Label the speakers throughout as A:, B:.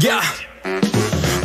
A: Ya.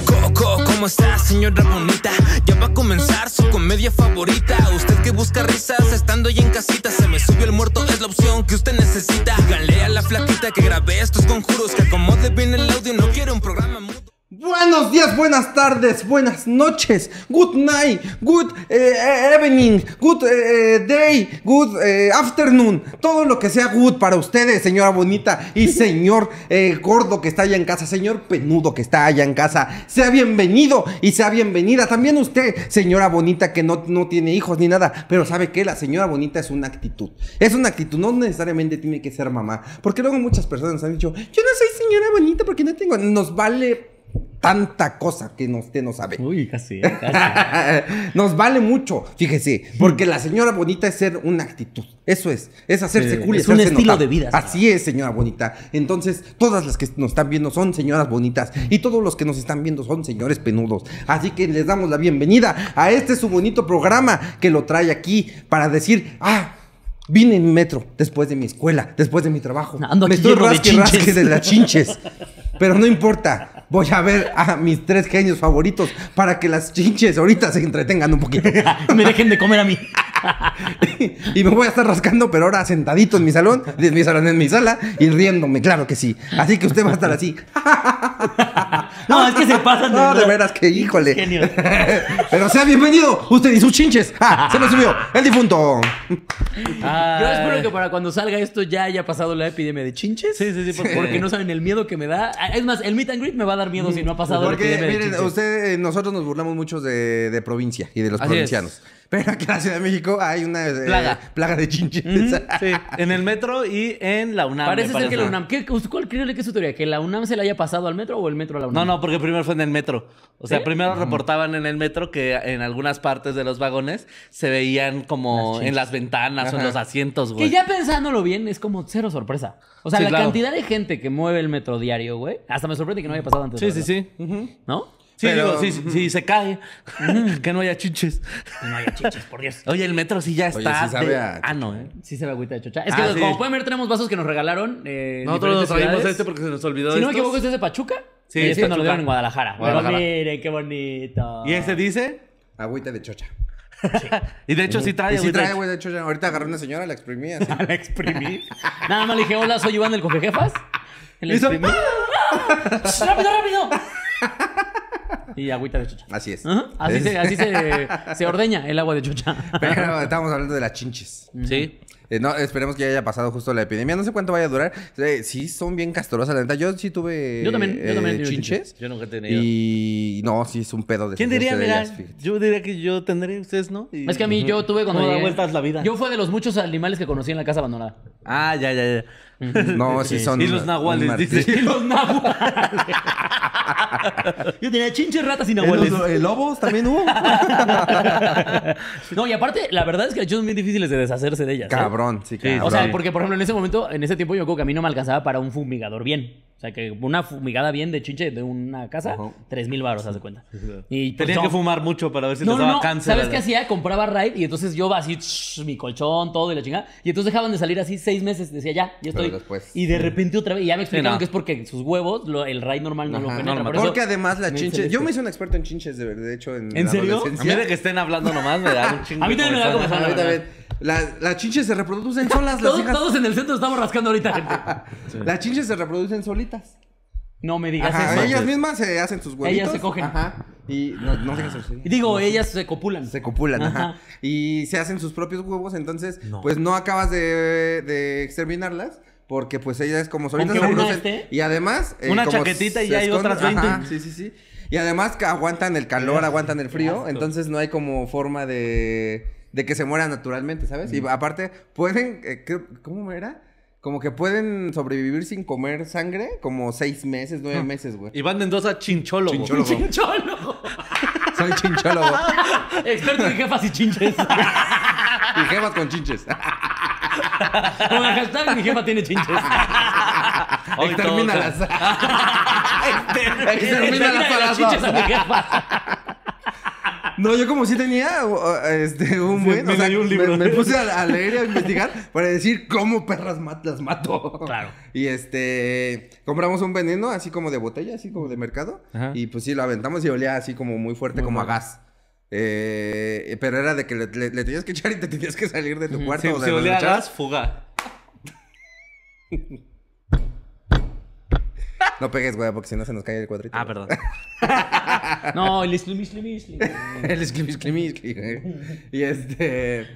A: Coco, ¿cómo está, señora bonita? Ya va a comenzar su comedia favorita. Usted que busca risas estando ya en casita. Se me subió el muerto, es la opción que usted necesita. Díganle a la flaquita que grabé estos conjuros. Que acomode bien el audio, no quiero un programa mudo.
B: Buenos días, buenas tardes, buenas noches, good night, good eh, evening, good eh, day, good eh, afternoon, todo lo que sea good para ustedes, señora bonita y señor eh, gordo que está allá en casa, señor penudo que está allá en casa, sea bienvenido y sea bienvenida. También usted, señora bonita que no, no tiene hijos ni nada, pero sabe que la señora bonita es una actitud, es una actitud, no necesariamente tiene que ser mamá, porque luego muchas personas han dicho, yo no soy señora bonita porque no tengo, nos vale tanta cosa que usted no sabe.
C: Uy, casi, eh, casi.
B: Nos vale mucho, fíjese, porque la señora bonita es ser una actitud. Eso es, es hacerse
C: Sí,
B: cool y
C: es un
B: hacerse
C: estilo
B: notar.
C: de vida, señora.
B: Así es, señora bonita. Entonces, todas las que nos están viendo son señoras bonitas y todos los que nos están viendo son señores penudos. Así que les damos la bienvenida a este su bonito programa que lo trae aquí para decir, ah, Vine en metro, después de mi escuela, después de mi trabajo.
C: Ando
B: Me
C: aquí
B: estoy
C: lleno de
B: rasque,
C: chinches.
B: rasque de las chinches. Pero no importa. Voy a ver a mis tres genios favoritos para que las chinches ahorita se entretengan un poquito.
C: Me dejen de comer a mí.
B: y me voy a estar rascando, pero ahora sentadito en mi salón, en mi salón, en mi sala, y riéndome, claro que sí. Así que usted va a estar así.
C: No, es que se pasan de
B: No, de
C: verdad.
B: veras que híjole.
C: Genios.
B: pero sea bienvenido, usted y sus chinches. Ah, se me subió el difunto.
D: Yo espero que para cuando salga esto ya haya pasado la epidemia de chinches.
C: Sí, sí, sí, por favor.
D: Porque no saben el miedo que me da. Ah, Es más, el meet and greet me va a dar miedo si no ha pasado la
B: Porque,
D: epidemia de
B: miren,
D: chinches.
B: usted, eh, nosotros nos burlamos mucho de, de provincia y de los
D: Así
B: provincianos. Pero aquí en la Ciudad de México hay una eh,
D: Plaga.
B: plaga de chinches.
C: Ujú, sí, en el metro y en la UNAM.
D: Parece
C: me
D: ser que la
C: parece.
D: UNAM. ¿qué- ¿Cuál creen que es su teoría? ¿Que la UNAM se la haya pasado al metro o el metro a la
C: No,
D: UNAM?
C: no, porque primero fue en el metro. O sea,
D: ¿Sí?
C: primero reportaban en el metro que en algunas partes de los vagones se veían como en las ventanas o en los asientos,
D: Que
C: güey.
D: ya pensándolo bien, es como cero sorpresa. O
C: pues.
D: sea,
C: Sí,
D: la
C: claro.
D: cantidad de gente que mueve el metro diario, güey. Hasta me sorprende que no haya pasado antes.
C: Sí,
D: la
C: sí,
D: verdad.
C: sí.
D: ¿No?
C: Sí,
B: Pero-
C: digo, sí, sí, sí, se cae. que no haya chinches.
D: Que no haya chinches, por Dios.
C: Oye, el metro sí ya
B: Oye,
C: está.
B: sí sabe
C: de-
B: a-
C: Ah, no, ¿eh?
D: Sí se ve agüita de chocha. Es que
C: Ah, sí.
D: como pueden ver, tenemos vasos que nos regalaron. eh, en
C: Nosotros nos
D: diferentes
C: traímos
D: ciudades.
C: este porque se nos olvidó
D: Si no me
C: estos.
D: equivoco, este es de Pachuca.
C: Sí,
D: Y
C: es
D: este nos lo
C: Pachuca.
D: dieron en Guadalajara.
C: Guadalajara.
D: Pero miren, qué bonito.
C: Y ese dice.
B: Agüita de chocha.
C: Y de hecho sí trae.
B: Y sí
C: güey, de
B: trae
C: hecho.
B: agüita de chocha. Ahorita agarré una señora, la exprimí así.
D: La exprimí. Nada más le dije, hola, soy Iván del Cogejefas. Le
C: Hizo-
D: exprimí. ¡Rápido, rápido! Y agüita de chocha.
B: Así es.
D: Ajá, Así,
B: Es-
D: se, así se, se ordeña el agua de chocha.
B: Pero estamos hablando de las chinches.
C: Sí.
B: Eh, no, esperemos que ya haya pasado justo la epidemia. No sé cuánto vaya a durar. Eh, sí, son bien castorosas, la neta. Yo sí tuve eh,
D: Yo también, yo también he tenido
B: chinches.
C: Yo nunca he tenido.
B: Y no, sí es un pedo de
C: ¿Quién diría,
B: de
C: mira?
B: ellas, fíjate.
C: yo diría que yo tendré, ustedes no. Y-
D: Es que a mí yo tuve cuando
C: ¿Cómo da
D: llegué-
C: vueltas la vida?
D: Yo fue de los muchos animales que conocí en la casa abandonada.
C: Ah, ya, ya, ya.
B: No, sí son.
C: Y los
B: un
C: nahuales, dice.
B: martirio.
D: Los nahuales. Yo tenía chinches, ratas y
B: Eh,
D: nahuales.
B: los- eh, lobos también hubo.
D: No, y aparte, la verdad es que las chinches son bien difíciles de deshacerse de ellas. ¿eh?
B: Cabrón, sí,
C: Sí,
B: cabrón.
D: O sea, porque por ejemplo en ese momento, en ese tiempo yo creo que a mí no me alcanzaba para un fumigador bien. O sea, que una fumigada bien de chinche de una casa,
B: Ajá.
D: tres mil baros, haz de cuenta. Y pues,
C: Tenían
D: no.
C: que fumar mucho para ver si
D: No,
C: les
D: no,
C: daba
D: no.
C: cáncer.
D: ¿Sabes
C: a
D: qué
C: la-
D: hacía? Compraba Raid y entonces yo así, shh, mi colchón, todo y la chingada. Y entonces dejaban de salir así seis meses. Decía, ya, ya estoy.
B: Pero después-
D: Y de repente otra vez. Y ya me explicaron
C: no.
D: que es porque sus huevos, lo- el Raid normal no lo
B: Ajá.
D: penetra.
C: normal.
D: por eso-
B: Porque además la
D: me
B: chinche.
D: hice
B: Yo me hice un experto en chinches, de, de hecho, en.
D: ¿En
B: la
D: serio?
C: A
B: adolescencia.
C: mí de que estén hablando nomás me da un chingo.
D: A mí también me da
C: comezón.
D: comezón.
B: Ajá,
D: la
B: ahorita
D: verdad.
B: ven. La- Las chinches se reproducen solas, las
D: Todos,
B: hijas.
D: todos en el centro estamos rascando ahorita, gente.
B: Las chinches se reproducen solitas.
D: No me digas
B: Ajá,
D: eso.
B: ellas mismas se hacen sus huevitos.
D: se cogen.
B: Ajá. Y no, no dejas el
D: Y Digo, ellas se copulan.
B: Se copulan, ajá.
D: Ajá.
B: Y se hacen sus propios huevos, entonces, pues no acabas de, de exterminarlas. Porque pues ellas como solitas
D: Aunque
B: se
D: una
B: reproducen.
D: esté.
B: Y además... eh,
C: Una
B: como
C: chaquetita y
B: se
C: ya hay
B: esconden-
C: otras 20.
B: Ajá, sí, sí, sí. Y además que aguantan el calor, aguantan el frío. Entonces no hay como forma de, de que se mueran naturalmente, ¿sabes? Y aparte pueden... eh, creo- ¿Cómo era? Como que pueden sobrevivir sin comer sangre como seis meses, nueve
C: Ah.
B: meses, güey.
C: Iván Mendoza, chinchólogo.
B: Chinchólogo.
D: Chincholo.
B: Soy chinchólogo.
D: Experto en jefas y chinches.
B: y jefas con chinches.
D: Con el hashtag mi jefa tiene chinches.
C: Hoy
B: Extermínalas. Extermínalas
D: Extermina
B: a
D: las
B: las dos.
D: chinches a mi jefa.
B: No, yo como sí tenía uh, este, un
E: Sí,
B: buen.
E: me
B: o sea,
E: leí un
B: me-
E: libro.
B: Me, puse a, a leer y a investigar para decir cómo perras mat- las mato.
D: Claro.
B: Y este. Compramos un veneno así como de botella, así como de mercado.
E: Ajá.
B: Y pues sí, lo aventamos y olía así como muy fuerte, como a gas. Eh, pero era de que le, le- le tenías que echar y te tenías que salir de tu cuarto.
E: Sí,
B: o de
E: si
B: donde
E: olía
B: lo
E: a
B: echabas.
E: gas, fuga.
B: No pegues, güey, porque si no se nos cae el cuadrito.
E: Ah, perdón.
D: No, el Islim, Islim, Islim.
B: El esclim, esclim, esclim, ¿eh? Y este.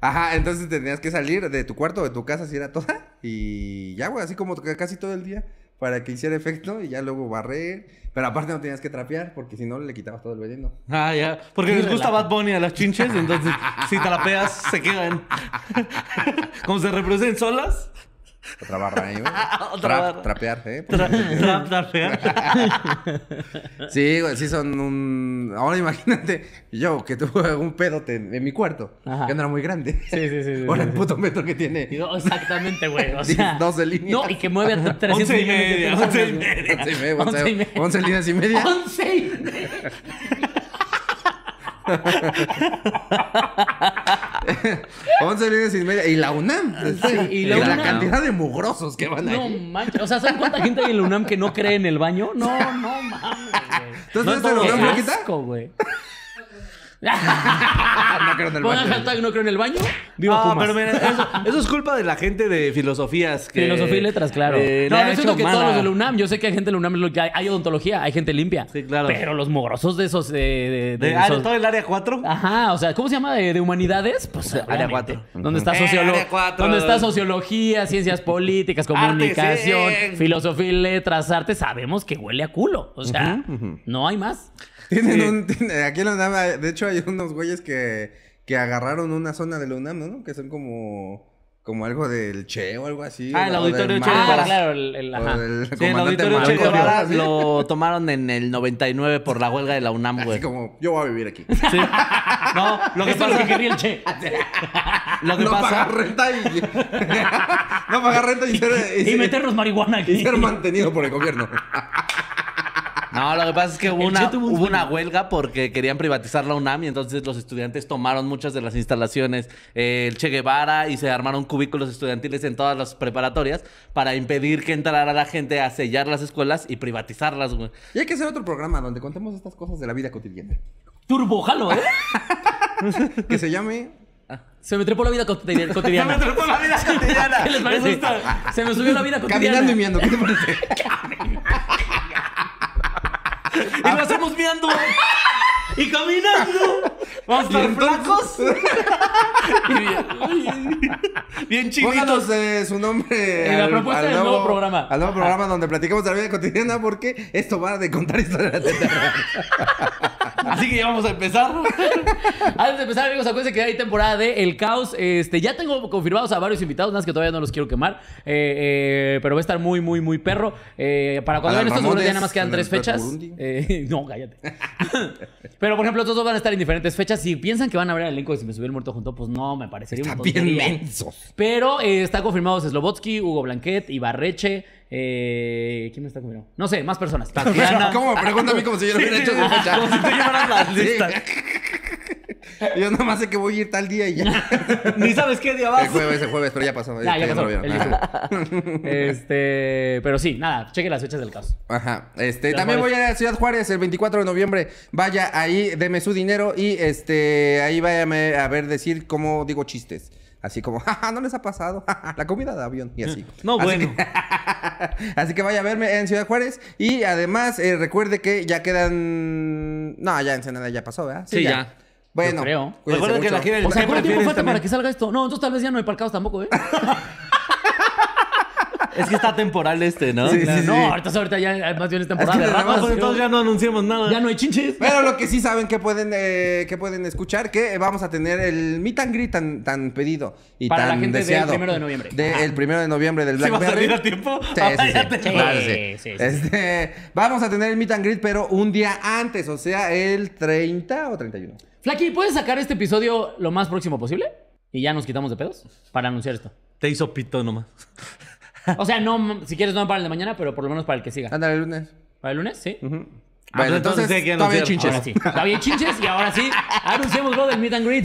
B: Ajá, entonces tenías que salir de tu cuarto, de tu casa, si era toda. Y ya, güey, así como que casi todo el día. Para que hiciera efecto y ya luego barrer. Pero aparte no tenías que trapear, porque si no le quitabas todo el veneno.
E: Ah, ya. Porque les gusta Bad Bunny a las chinches, entonces si trapeas, se quedan. Como se reproducen solas,
B: Otra barra, ¿eh? güey?
E: Otra
B: Tra-
E: barra.
B: Trapear, ¿eh?
E: tra- tra- trapear.
B: Sí, güey, sí son un... Ahora imagínate, yo que tuve un pedote en, en mi cuarto,
D: Ajá.
B: que no era muy grande.
D: Sí, sí, sí, sí,
B: Ahora
D: sí,
B: el
D: sí.
B: puto metro que tiene.
D: No, exactamente, güey. O sea,
B: 12 líneas.
D: No, y que mueve a 300
E: Once y
D: millones de
E: media,
D: personas,
E: once
D: güey.
E: y media.
B: Once y media,
D: Once y media.
B: once líneas y media.
D: 11 y media.
B: Once líneas y media. Y la UNAM.
E: Ah,
B: este,
D: y
B: y
D: la
B: la,
D: UNAM.
B: cantidad de mugrosos que van
D: No
B: ahí.
D: manches. O sea, ¿saben cuánta gente hay en la UNAM que no cree en el baño? No, no mames, güey.
B: Entonces, ¿te
D: Qué
B: lo dan flaquita?
D: asco, güey.
B: No creo en el
D: Pongan
B: baño.
D: hashtag no creo en el baño. Viva
E: No,
D: Pumas.
E: pero mira, eso, eso es culpa de la gente de filosofías. Que,
D: Filosofía y letras, claro.
E: eh,
D: no,
E: le
D: no
E: ha
D: siento
E: hecho
D: que
E: mala-
D: todos los de la UNAM. Yo sé que hay gente de la UNAM, lo que hay, hay odontología, hay gente limpia.
E: Sí, claro.
D: Pero los mogrosos de esos. eh, de, de-
E: De,
D: de
E: ah, de
D: esos-
E: todo el área 4.
D: Ajá, o sea, ¿cómo se llama? De, de humanidades. Pues
E: área
D: obviamente.
E: cuatro.
D: Donde está,
E: Eh,
D: sociolo-
E: área cuatro.
D: donde está sociología, ciencias políticas, comunicación,
E: Artes, eh.
D: filosofía y letras, artes. Sabemos que huele a culo. O sea, no hay más.
B: Tienen
E: Sí.
B: un. tiene- aquí en la UNAM, hay- de hecho, hay unos güeyes que, que agarraron una zona de la UNAM, ¿no? Que son como. Como algo del Che o algo así.
E: Ah, el
B: o
E: auditorio
B: del
E: Che
B: Mar,
E: Guevara.
D: claro, el, el-
B: o
D: ajá.
B: del
E: Sí, el
B: comandante
E: auditorio Che
B: Marcos,
E: Guevara
B: así.
E: lo tomaron en el 99 por la huelga de la UNAM,
B: Así
E: güey.
B: como, yo voy a vivir aquí.
E: Sí. No, lo que
D: Esto es lo que
E: pasa.
D: quería el che.
E: Lo que
B: no
E: pasa.
B: pagar renta y. no pagar renta y ser.
D: Y meternos marihuana
B: y
D: aquí.
B: ser mantenido por el gobierno.
E: No, lo que pasa es que hubo,
D: El
E: una,
D: Che tuvo un
E: hubo una
D: sueño.
E: huelga porque querían privatizar la UNAM y entonces los estudiantes tomaron muchas de las instalaciones, eh, el Che Guevara, y se armaron cubículos estudiantiles en todas las preparatorias para impedir que entrara la gente a sellar las escuelas y privatizarlas, güey.
B: Y hay que hacer otro programa donde contemos estas cosas de la vida cotidiana.
D: Turbo, jalo, ¿eh?
B: Que se llame.
D: Se me trepó la vida cotidia- cotidiana.
E: Con la vida cotidiana.
D: ¿Qué les parece?
E: Eso está-
D: Se me subió la vida cotidiana.
B: Caminando y miando, ¿qué te parece?
E: Y lo hacemos viendo y caminando. Vamos a estar flacos. Bien
B: Pónganos
E: chinitos.
B: eh, su nombre.
D: En la propuesta del nuevo programa.
B: Al nuevo
D: Ajá.
B: programa donde platicamos de la vida cotidiana porque esto va de contar historias de terror.
E: Así que ya vamos a empezar.
D: Antes de empezar, amigos, acuérdense que hay temporada de El Caos. Este, ya tengo confirmados a varios invitados, nada más que todavía no los quiero quemar. Eh, eh, pero va a estar muy, muy, muy perro. Eh, para cuando
B: Alan
D: vean estos, seguro ya
B: Ramones,
D: nada más quedan
B: Alan
D: tres fechas.
B: Burundi.
D: Eh, no, cállate. pero, por ejemplo, estos dos van a estar en diferentes fechas. Si piensan que van a ver el elenco de Si me subió el muerto junto, pues no, me parecería un
B: Está
D: montón
B: bien menso.
D: Pero eh, está confirmados Slobotsky, Hugo Blanquet, Ibarreche. Eh, ¿Quién me está confirmado? No sé, más personas.
E: Tatiana.
B: ¿Cómo? Pregúntame como si yo lo hubiera hecho de fecha.
E: Como si tú llevaras las
B: Sí.
E: listas.
B: Yo nomás sé que voy a ir tal día y ya.
E: Ni sabes qué día vas.
B: El jueves, el jueves, pero ya pasó.
D: Ya, ya
B: no
D: pasó.
B: lo vieron.
D: el
B: Ajá.
D: YouTube. este, pero sí, nada, chequen las fechas del caos.
B: Ajá. Este,
D: Ciudad
B: también
D: Juárez.
B: voy a Ciudad Juárez el 24 de noviembre. Vaya ahí, deme su dinero y este ahí váyame a ver decir cómo digo chistes. Así como, jaja, no les ha pasado. jaja, la comida de avión y así.
E: No,
B: Así
E: bueno.
B: que- Así que vaya a verme en Ciudad Juárez. Y además, eh, recuerde que ya quedan. No, ya en Senada ya pasó, ¿verdad?
E: Sí, ya.
B: Bueno,
D: Yo creo.
B: cuídense
E: Recuerden que
B: mucho.
E: la gira del
D: O sea,
E: ¿qué
D: ¿cuánto tiempo
E: prefieres
D: falta para
E: también?
D: que salga esto? No, entonces tal vez ya no hay para el caos tampoco, ¿eh?
E: Es que está temporal este, ¿no?
B: Sí,
D: Claro,
B: sí,
D: no,
B: sí.
D: ahorita, ahorita ya más bien es temporada
B: Es que
D: de
B: nada
E: Ah,
D: ratas,
E: pues
D: creo.
E: entonces ya no anunciamos nada.
D: Ya no hay chinches.
B: Pero lo que sí saben que pueden, eh, que pueden escuchar, que eh, vamos a tener el meet and greet tan, tan pedido y
D: Para la
B: tan
D: gente del
B: deseado.
D: primero de noviembre.
B: De- el primero de noviembre del
E: ¿Sí va a
B: Blackberry.
E: salir a tiempo?
B: Sí, sí, sí.
D: Sí,
B: Claro,
D: sí,
B: sí.
D: sí.
B: Este, vamos a tener el meet and greet, pero un día antes, o sea, el 30 o 31.
D: Flaky, ¿puedes sacar este episodio lo más próximo posible? Y ya nos quitamos de pedos para anunciar esto.
E: Te hizo pito nomás.
D: O sea, no, si quieres no para el de mañana, pero por lo menos para el que siga.
B: Ándale, el lunes.
D: ¿Para el lunes? pues Sí.
B: Bueno,
E: pues
B: entonces,
E: sí hay que
B: todavía chinches.
E: anunciar.
D: Ahora sí. David Chinches y ahora sí, anunciamos lo del meet and greet.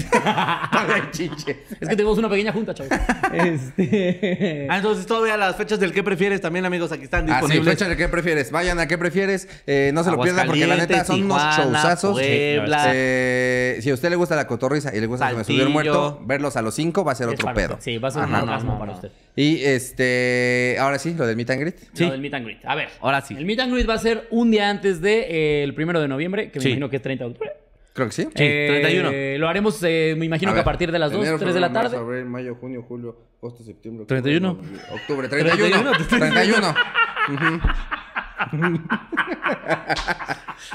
D: Es que tenemos una pequeña junta, chavos. Este...
E: Ah, entonces todavía las fechas del que prefieres también, amigos, aquí están
B: Así,
E: disponibles.
B: fecha de pues, qué prefieres. Vayan a qué prefieres. Eh, no se lo pierdan porque la neta son unos
E: Aguascalientes,
B: showzazos.
E: Tijuana, Puebla.
B: Eh, si a usted le gusta la cotorriza y le gusta que me subió el
E: Saltillo.
B: muerto, verlos a los cinco va a ser
D: Es
B: otro
D: para
B: pedo.
D: usted. Sí, va a ser un
B: Ajá.
D: orgasmo para usted.
B: Y este, ahora sí, lo del meet and greet.
E: Sí.
D: Lo del meet and greet. A ver.
E: Ahora sí.
D: El meet and greet va a ser un día antes del de, eh, el primero de noviembre, que me
E: Sí.
D: imagino que es 30 de octubre. Eh,
B: Creo que sí.
E: Sí, 31.
D: Lo haremos, eh, me imagino que a
B: ver,
D: partir de las 2,
B: enero,
D: 3 de la
B: febrero, marzo,
D: tarde.
B: abril, mayo, junio, julio, agosto, septiembre.
E: 31.
B: noviembre, Octubre, 31.
E: 31,
B: 31. Ujú.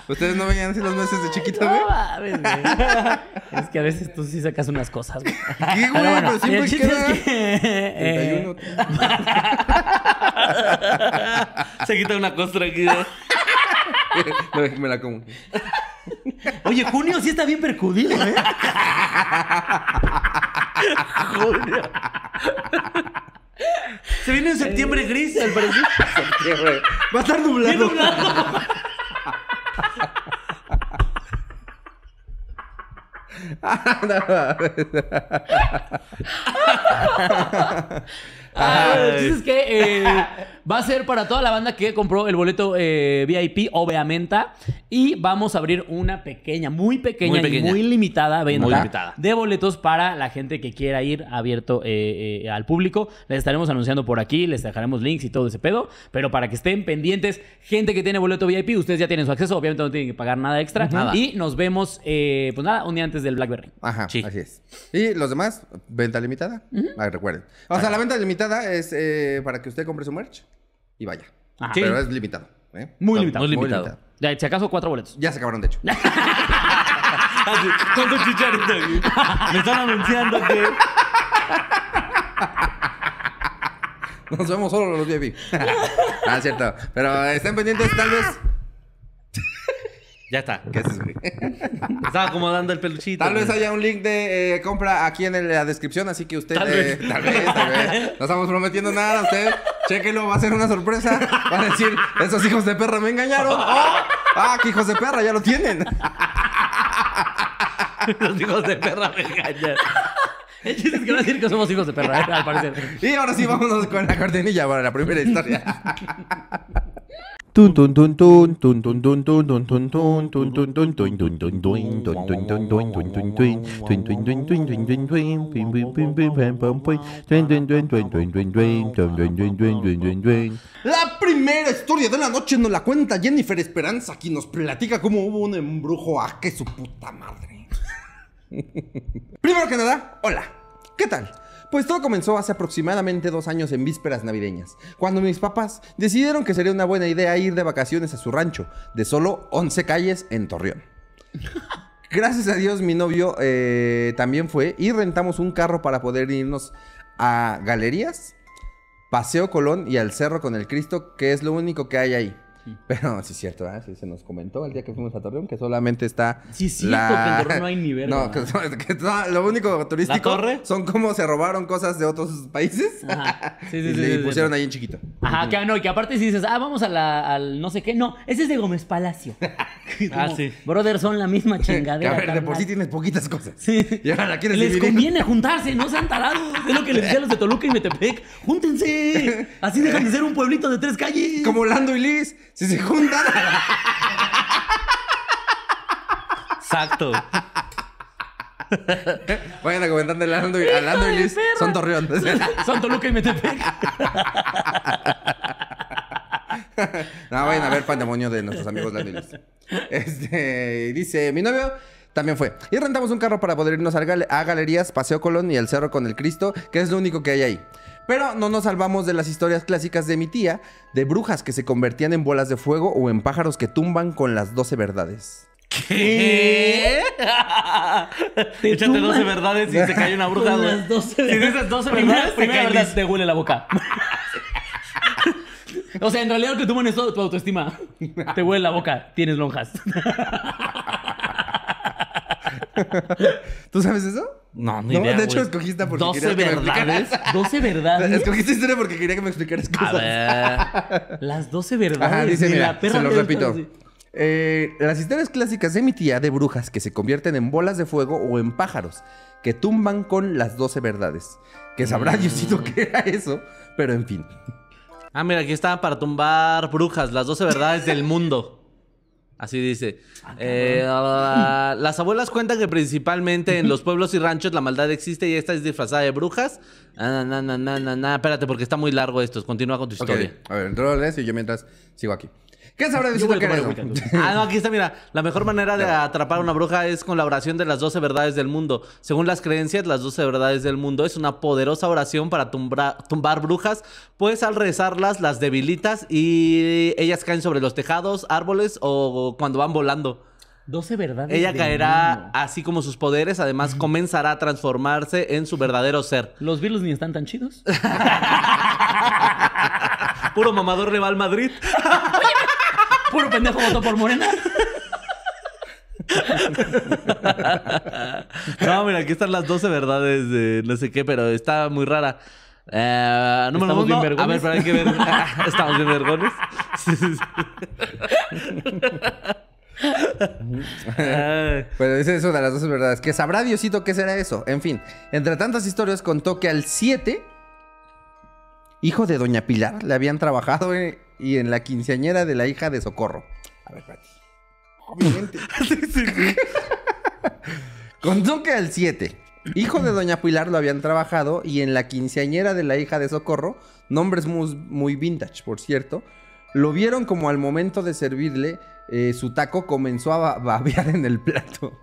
B: Ustedes no veían así los meses de chiquitos, güey.
D: No mames, güey. es que a veces tú sí sacas unas cosas, güey.
B: ¿Qué,
D: Pero
B: güey?
D: bueno,
B: Pero siempre
D: el chiste
B: queda.
D: es que... eh,
B: 31.
E: Se quita una costra aquí. ¿no?
B: No, me la como.
D: Oye, junio sí está bien percudido, ¿eh?
E: Se viene en septiembre gris, al parecer.
B: Va a estar nublado.
D: Ah, bueno, el chiste es que eh, va a ser para toda la banda que compró el boleto eh, VIP, obviamente. Y vamos a abrir una pequeña, muy pequeña,
E: Muy pequeña.
D: y muy limitada venta
E: Muy limitada.
D: de boletos para la gente que quiera ir abierto eh, eh, al público. Les estaremos anunciando por aquí, les dejaremos links y todo ese pedo. Pero para que estén pendientes, gente que tiene boleto VIP, ustedes ya tienen su acceso, obviamente no tienen que pagar nada extra.
E: Nada.
D: Y nos vemos, eh, pues nada, un día antes del Blackberry.
B: Ajá,
E: Sí.
B: así es. Y los demás, venta limitada. Ay, recuerden. O sea, la venta limitada es eh, para que usted compre su merch y vaya.
D: Ajá.
B: Pero
D: Sí.
B: es limitado. ¿eh?
D: Muy limitado.
E: Muy limitado.
D: Ya, Si acaso cuatro boletos.
B: Ya se acabaron, de hecho.
E: Así, Con tu chicharito. güey. Me están anunciando que.
B: Nos vemos solo los VIP. ah, es cierto. Pero estén pendientes, tal vez.
E: Ya está.
B: ¿Qué haces, güey?
E: Estaba acomodando el peluchito.
B: Tal vez
E: güey.
B: haya un link de eh, compra aquí en la descripción, así que usted.
E: Tal
B: eh,
E: vez.
B: tal vez, tal vez. No estamos prometiendo nada, usted. Chéquelo, va a ser una sorpresa. Va a decir, esos hijos de perra me engañaron. ¡Oh! ¡Ah, qué hijos de perra! Ya lo tienen.
E: Los hijos de perra me engañan.
D: El chiste es que van a decir que somos hijos de perra, al parecer.
B: Y ahora sí, vámonos con la cortinilla para la primera historia.
F: Tun tun tun tun tun tun tun tun tun tun tun tun tun tun tun tun tun tun tun tun tun tun tun tun tun. Tun tun tun tun tun tun tun. Pim, pim, pim, pim, pam, pam, pum. Tun, tun, tun, tun, tun, tun, tun. Tun, tun, tun, tun, tun, tun, tun.
B: La primera historia de la noche nos la cuenta Jennifer Esperanza, quien nos platica cómo hubo un embrujo a que su puta madre. Primero que nada, hola, ¿qué tal? Pues todo comenzó hace aproximadamente dos años en vísperas navideñas, cuando mis papás decidieron que sería una buena idea ir de vacaciones a su rancho, de solo 11 calles en Torreón. Gracias a Dios mi novio eh, también fue y rentamos un carro para poder irnos a galerías, Paseo Colón y al Cerro con el Cristo, que es lo único que hay ahí.
D: Mm.
B: Pero sí es cierto, ¿verdad? Sí, se nos comentó el día que fuimos a Torreón que solamente está...
D: Sí, es cierto, que en Torreón no hay ni verga.
B: No, que, que todo- lo único turístico
E: torre?
B: son como se robaron cosas de otros países
D: Ajá. Ah, Sí, sí,
B: y
D: sí,
B: le
D: sí, sí.
B: pusieron ahí en chiquito.
D: Ajá, que, no, y que aparte si dices, ah, vamos a la, al no sé qué. No, ese es de Gómez Palacio.
E: Ah,
D: Como,
E: sí.
D: Brother, son la misma
B: Que,
D: chingadera.
B: a ver, de por sí
D: carnal".
B: tienes poquitas cosas.
D: Sí.
B: Y ahora la quieres
D: Les
B: dividir.
D: conviene juntarse, no sean tarados. Es lo que les decía a los de Toluca y Metepec. Júntense. Así dejan de ser un pueblito de tres calles.
B: Como Lando y Liz, si se juntan.
E: Exacto.
B: Vayan a comentar de Lando y, a Lando y
D: de
B: Liz.
D: perra!
B: Son Torreón.
D: Son Toluca y Metepec.
B: No, vayan
E: Ah.
B: a ver pandemonio de nuestros amigos latinos. Este, dice, mi novio también fue. Y rentamos un carro para poder irnos al gale- a Galerías, Paseo Colón y al Cerro con el Cristo, que es lo único que hay ahí. Pero no nos salvamos de las historias clásicas de mi tía, de brujas que se convertían en bolas de fuego o en pájaros que tumban con las 12 verdades.
E: ¿Qué?
D: Te
E: Échate 12
D: tumban
E: verdades y se cae una bruja,
D: con
E: güey.
D: las 12
E: Si
D: verdades.
E: dices 12
D: Primera-
E: verdades, te
D: primera
E: cae
D: verdad,
E: Liz.
D: te huele la boca. O sea, en realidad lo que tú es todo tu autoestima. Te huele la boca, tienes lonjas.
B: ¿Tú sabes eso?
E: No, ni
B: No,
E: idea,
B: de hecho
E: güey.
B: escogiste porque
E: 12
B: querías que me
E: verdades.
D: 12 verdades.
B: Escogí esta historia porque quería que me explicaras
E: A
B: cosas.
E: ver.
D: Las 12 verdades.
B: Ajá, dice,
D: ni
B: mira,
D: la perra
B: se los
D: te-
B: repito. Eh, las historias clásicas de mi tía de brujas que se convierten en bolas de fuego o en pájaros que tumban con las 12 verdades. Que sabrá Diosito qué
D: Mm.
B: era eso, pero en fin.
E: Ah, mira, aquí está para tumbar brujas, las 12 verdades del mundo. Así dice. Eh, ah, las abuelas cuentan que principalmente en los pueblos y ranchos la maldad existe y esta es disfrazada de brujas. Ah, na, na, na, na, na. Espérate, porque está muy largo esto. Continúa con tu
B: Ok,
E: historia.
B: A ver, tú lo lees y yo mientras sigo aquí. ¿Qué sabrá
D: Yo voy
B: Diosito
D: a
B: qué era
D: tomar
B: eso?
D: agüita, tú.
E: Ah, no, aquí está, mira. La mejor manera de atrapar a una bruja es con la oración de las 12 verdades del mundo. Según las creencias, las 12 verdades del mundo es una poderosa oración para tumbra- tumbar brujas, pues al rezarlas las debilitas y ellas caen sobre los tejados, árboles o cuando van volando.
D: 12 verdades.
E: Ella
D: del mundo.
E: caerá así como sus poderes, además comenzará a transformarse en su verdadero ser.
D: Los Beatles ni están tan chidos.
E: Puro mamador le va al Madrid.
D: Puro pendejo votó por Morena.
E: No, mira, aquí están las 12 verdades de no sé qué, pero está muy rara. Eh, número
D: ¿Estamos bien
E: uno. a ver,
D: vergones?
E: pero hay que ver. Estamos bien vergones. Sí, sí, sí. Ay.
B: Pero dice eso de las dos verdades. Que sabrá Diosito qué será eso. En fin, entre tantas historias contó que al 7, hijo de Doña Pilar, le habían trabajado eh, y en la quinceañera de la hija de Socorro. A ver, espérate. Obviamente. contó que al 7, hijo de Doña Pilar, lo habían trabajado y en la quinceañera de la hija de Socorro, nombres muy, muy vintage, por cierto, lo vieron como al momento de servirle, eh, su taco comenzó a ba- babear en el plato.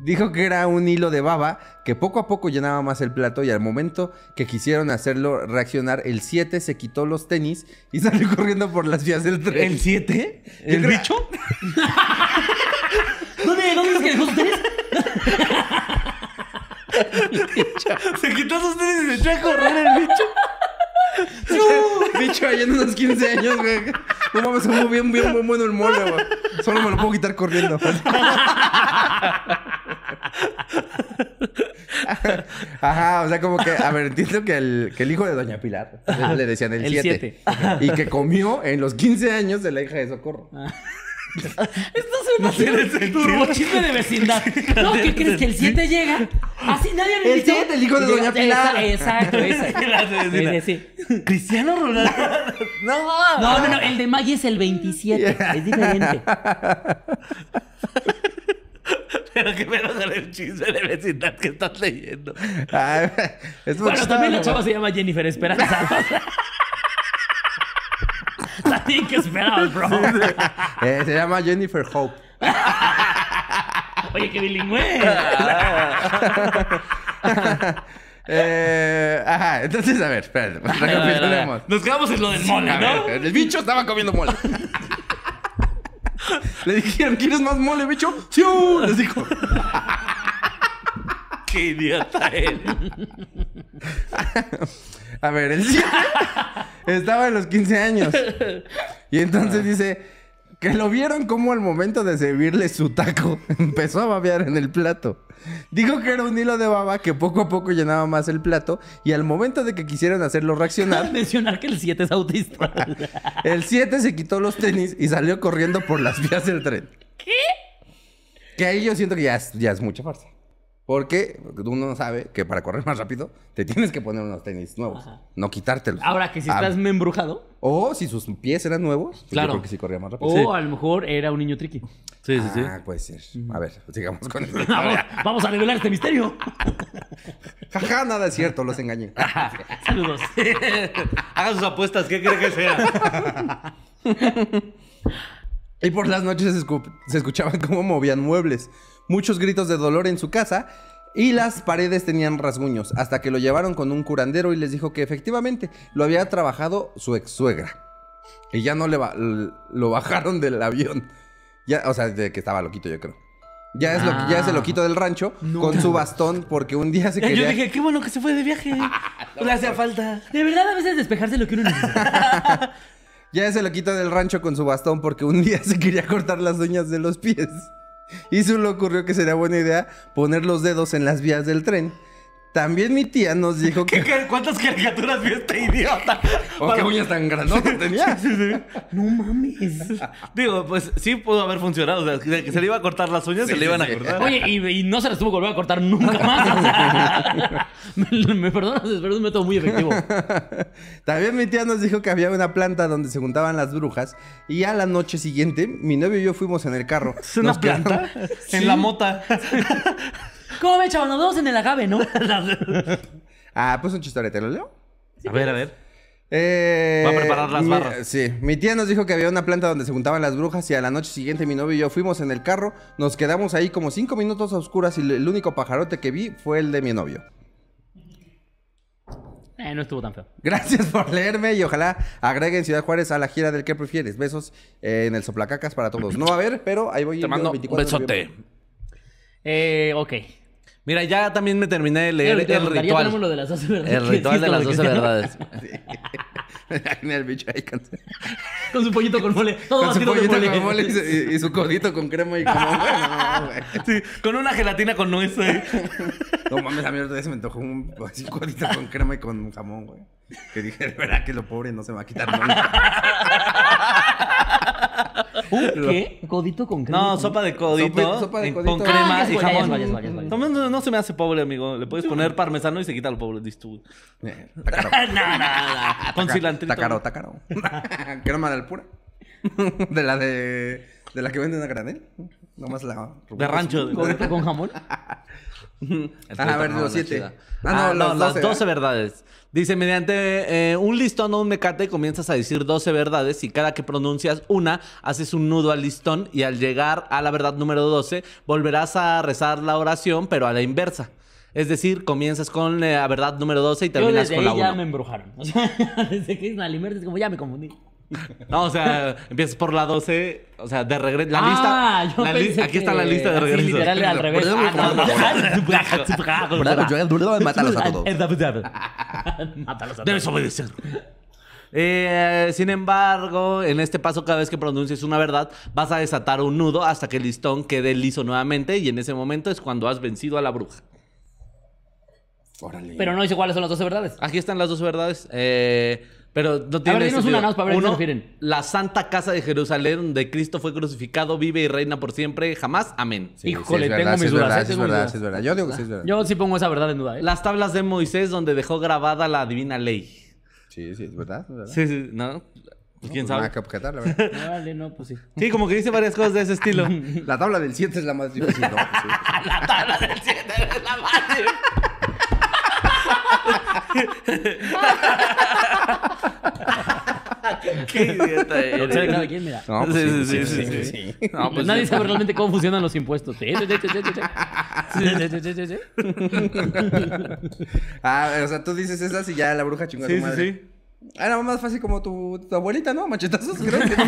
B: Dijo que era un hilo de baba que poco a poco llenaba más el plato y al momento que quisieron hacerlo reaccionar, el 7 se quitó los tenis y salió corriendo por las vías del tren.
E: ¿El 7?
B: Yo
E: ¿El
B: creo-
E: bicho?
D: ¿Dónde, dónde es que dejó sus tenis?
E: Se quitó sus tenis y se echó a correr el bicho.
B: Bicho, ahí en unos 15 años, güey. No mames, se muy bien, bien, muy bueno el mole, güey. Solo me lo puedo quitar corriendo. pues. Ajá, o sea, como que, a ver, entiendo que el, que el hijo de Doña Pilar le- le decían el
D: El
B: 7. Y que comió en los 15 años de la hija de Socorro.
D: Esto suena así, turbo chisme de vecindad. No, ¿qué crees? Que el 7 llega. Así nadie lo
B: El
D: invitó.
B: siete, el hijo de
D: Y llega-
B: Doña Pilar.
D: Esa- Exacto, esa. Sí, sí, sí.
E: Cristiano Ronaldo.
D: No, no, no. El de Maggie es el 27. Es diferente.
B: Pues
E: Pero qué pedo con el chisme de vecindad que estás leyendo.
B: Ay, es
D: Bueno, también la
B: mucho-
D: chava se llama Jennifer Esperanza. También que esperabas, bro.
B: Eh, se llama Jennifer Hope.
D: Oye, qué bilingüe.
B: Eh, ajá, entonces, a ver, espérate, pues, recapitulemos.
D: Nos quedamos en lo del mole,
B: A
D: ¿no?
B: ver, El bicho estaba comiendo mole. Le dijeron, ¿quieres más mole, bicho? ¡Sí! uh", Les dijo.
E: Qué idiota eres.
B: A ver, el 7 estaba en los 15 años. Y entonces dice que lo vieron como al momento de servirle su taco empezó a babear en el plato. Dijo que era un hilo de baba que poco a poco llenaba más el plato y al momento de que quisieron hacerlo reaccionar,
D: Mencionar que el 7 es autista.
B: El 7 se quitó los tenis y salió corriendo por las vías del tren. ¿Qué? Que ahí yo siento que ya es, ya es mucha farsa. Porque uno no sabe que para correr más rápido te tienes que poner unos tenis nuevos, no quitártelos.
D: Ahora que si
B: Ah,
D: estás membrujado.
B: O si sus pies eran nuevos, pues
E: Claro.
B: yo creo que sí corría más rápido.
D: O a lo mejor era un niño triqui.
E: Sí, sí, sí.
B: Ah, puede ser. A ver, sigamos con esto.
D: Vamos, vamos a revelar este misterio.
B: Jaja, nada es cierto, los engañé.
D: Saludos.
E: Hagan sus apuestas, ¿qué cree que sea?
B: Y por las noches se, escu- se escuchaban cómo movían muebles, muchos gritos de dolor en su casa y las paredes tenían rasguños, hasta que lo llevaron con un curandero y les dijo que efectivamente lo había trabajado su ex suegra. Y ya no le ba- l- lo bajaron del avión. Ya, o sea, de que estaba loquito, yo creo. Ya es, lo, ya es el loquito del rancho con su bastón porque un día se quería...
E: Ah. Yo dije, qué bueno que se fue de viaje. No le hacía falta.
D: De verdad, a veces despejarse lo que uno necesita.
B: Ya se lo quita del rancho con su bastón porque un día se quería cortar las uñas de los pies. Y se le ocurrió que sería buena idea poner los dedos en las vías del tren. También mi tía nos dijo que.
E: ¿Qué- ¿Cuántas caricaturas vio este idiota?
B: Oh, qué uñas tan grandotas tenía. No mames.
E: Digo, pues sí pudo haber funcionado. O sea, de que se le iba a cortar las uñas, se le iban a cortar.
D: Oye, y, y no se las tuvo que volver a cortar nunca más. o sea. me, me perdonas, pero es un método muy efectivo.
B: También mi tía nos dijo que había una planta donde se juntaban las brujas. Y a la noche siguiente, mi novio y yo fuimos en el carro.
E: ¿Es una
B: Nos quedamos-
E: planta? En la mota.
D: ¿Cómo ve, chaval? Nos vemos en el agave, ¿no?
B: Ah, pues un chistorete, ¿lo leo?
E: A ver, a ver.
B: Eh,
E: Va a preparar las
B: mi-
E: barras.
B: Sí, mi tía nos dijo que había una planta donde se juntaban las brujas y a la noche siguiente mi novio y yo fuimos en el carro, nos quedamos ahí como cinco minutos a oscuras y le- el único pajarote que vi fue el de mi novio.
D: Eh, no estuvo tan feo.
B: Gracias por leerme y ojalá agreguen Ciudad Juárez a la gira del que prefieres. Besos eh, en el soplacacas para todos. No va a haber, pero ahí voy.
E: Te mando un
B: 24 de
E: besote.
B: noviembre.
D: Eh, ok.
E: Mira, ya también me terminé de
D: Ya
E: leer
D: ahorita
E: el
D: vamos a contar, Ya tenemos lo
E: ritual.
D: de las 12 verdades.
E: El
D: que sí
E: ritual de
D: estaba
E: las 12
D: Cristiano.
E: verdades.
B: Mira el bicho ahí con,
D: Con su pollito con mole. Todo
B: con su
D: batido de
B: pollito
D: mole.
B: con mole y su- y, y su codito con crema y como... No, güey.
E: Sí, con una gelatina con nuez. eh.
B: No mames, a mí otra vez se me antojó un así un cuadrito con crema y con jamón, güey. Que dije, de verdad que lo pobre no se me va a quitar nunca.
D: ¿Un qué? ¿Codito con crema?
E: No, sopa de codito.
B: Sopa- sopa de
E: en-
B: codito.
E: Con
B: Ah,
E: crema
D: ya
E: y
D: es bueno, ya es
E: jamón.
D: bueno, ya es bueno, ya es bueno.
E: Tomás, no, no se me hace pobre, amigo. Le puedes poner parmesano y se quita lo pobre, dices tú.
B: Eh, Está caro.
E: Con
B: Ah, Está-
E: cilantrito.
B: Está caro, está caro. crema de pura. De la de... De la que venden a granel. Nomás la...
E: De rancho.
D: ¿Codito con jamón?
B: Ah, a ver, los siete. Ah, no,
E: Ah, no,
B: los
E: las
B: 12,
E: 12 verdades. Dice, mediante eh, un listón o un mecate comienzas a decir 12 verdades y cada que pronuncias una, haces un nudo al listón y al llegar a la verdad número 12, volverás a rezar la oración, pero a la inversa. Es decir, comienzas con eh, la verdad número 12 y
D: Yo
E: terminas
D: desde
E: con la
D: ahí ya
E: 1.
D: me embrujaron. O sea, desde que es Nalimert es como ya me confundí.
E: No, o sea, empiezas por la 12, o sea, de regreso. La
D: Ah,
E: lista.
D: yo
E: la li-
D: pensé
E: aquí está
D: que
E: la lista de
D: así
E: regreso.
D: literal al revés.
B: Perdón,
D: Ah, no.
B: Mátalos a todos.
D: pues Mátalos a
E: Debes
D: todos.
E: obedecer. Eh, sin embargo, en este paso, cada vez que pronuncies una verdad, vas a desatar un nudo hasta que el listón quede liso nuevamente. Y en ese momento es cuando has vencido a la bruja.
B: Órale.
D: Pero no dice cuáles son las 12 verdades.
E: Aquí están las dos verdades. eh, pero no tiene
D: dinos
E: sentido.
D: una nada más para ver a qué se
E: Uno,
D: refieren.
E: La Santa Casa de Jerusalén, donde Cristo fue crucificado, vive y reina por siempre, jamás. Amén.
B: Sí, sí,
D: Híjole,
B: es verdad,
D: tengo
B: sí
D: mis
B: es
D: dudas,
B: verdad,
D: eh,
B: sí es
D: tengo mis
B: verdad,
D: dudas.
B: sí es verdad. Yo digo que sí es verdad.
D: Yo sí pongo esa verdad en duda, ¿eh?
E: Las tablas de Moisés, donde dejó grabada la divina ley.
B: Sí, sí, es verdad. es verdad.
E: Sí, sí, ¿no? Pues, ¿Quién
B: Nada
E: sabe?
B: que objetar, la verdad.
D: Órale, no, pues sí.
E: Sí, como que dice varias cosas de ese estilo.
B: La tabla del 7 es la más difícil, ¿no? Pues Sí.
E: Qué idiota
D: Lo que sabe cada quien, mira.
B: No, pues
E: Sí,
B: sí,
E: sí,
B: sí,
E: sí,
B: sí,
E: sí,
B: sí.
E: No, pues
D: Nadie
E: sí.
D: sabe realmente cómo funcionan los impuestos. Sí, sí, sí, sí, sí, sí. Sí, sí, sí, sí, sí.
B: Ah, o sea, tú dices esas y ya la bruja chingó a
E: Sí,
B: tu
E: sí,
B: madre.
E: sí.
B: Era Ah, más fácil como tu, tu abuelita, ¿no? Machetazos, creo que no.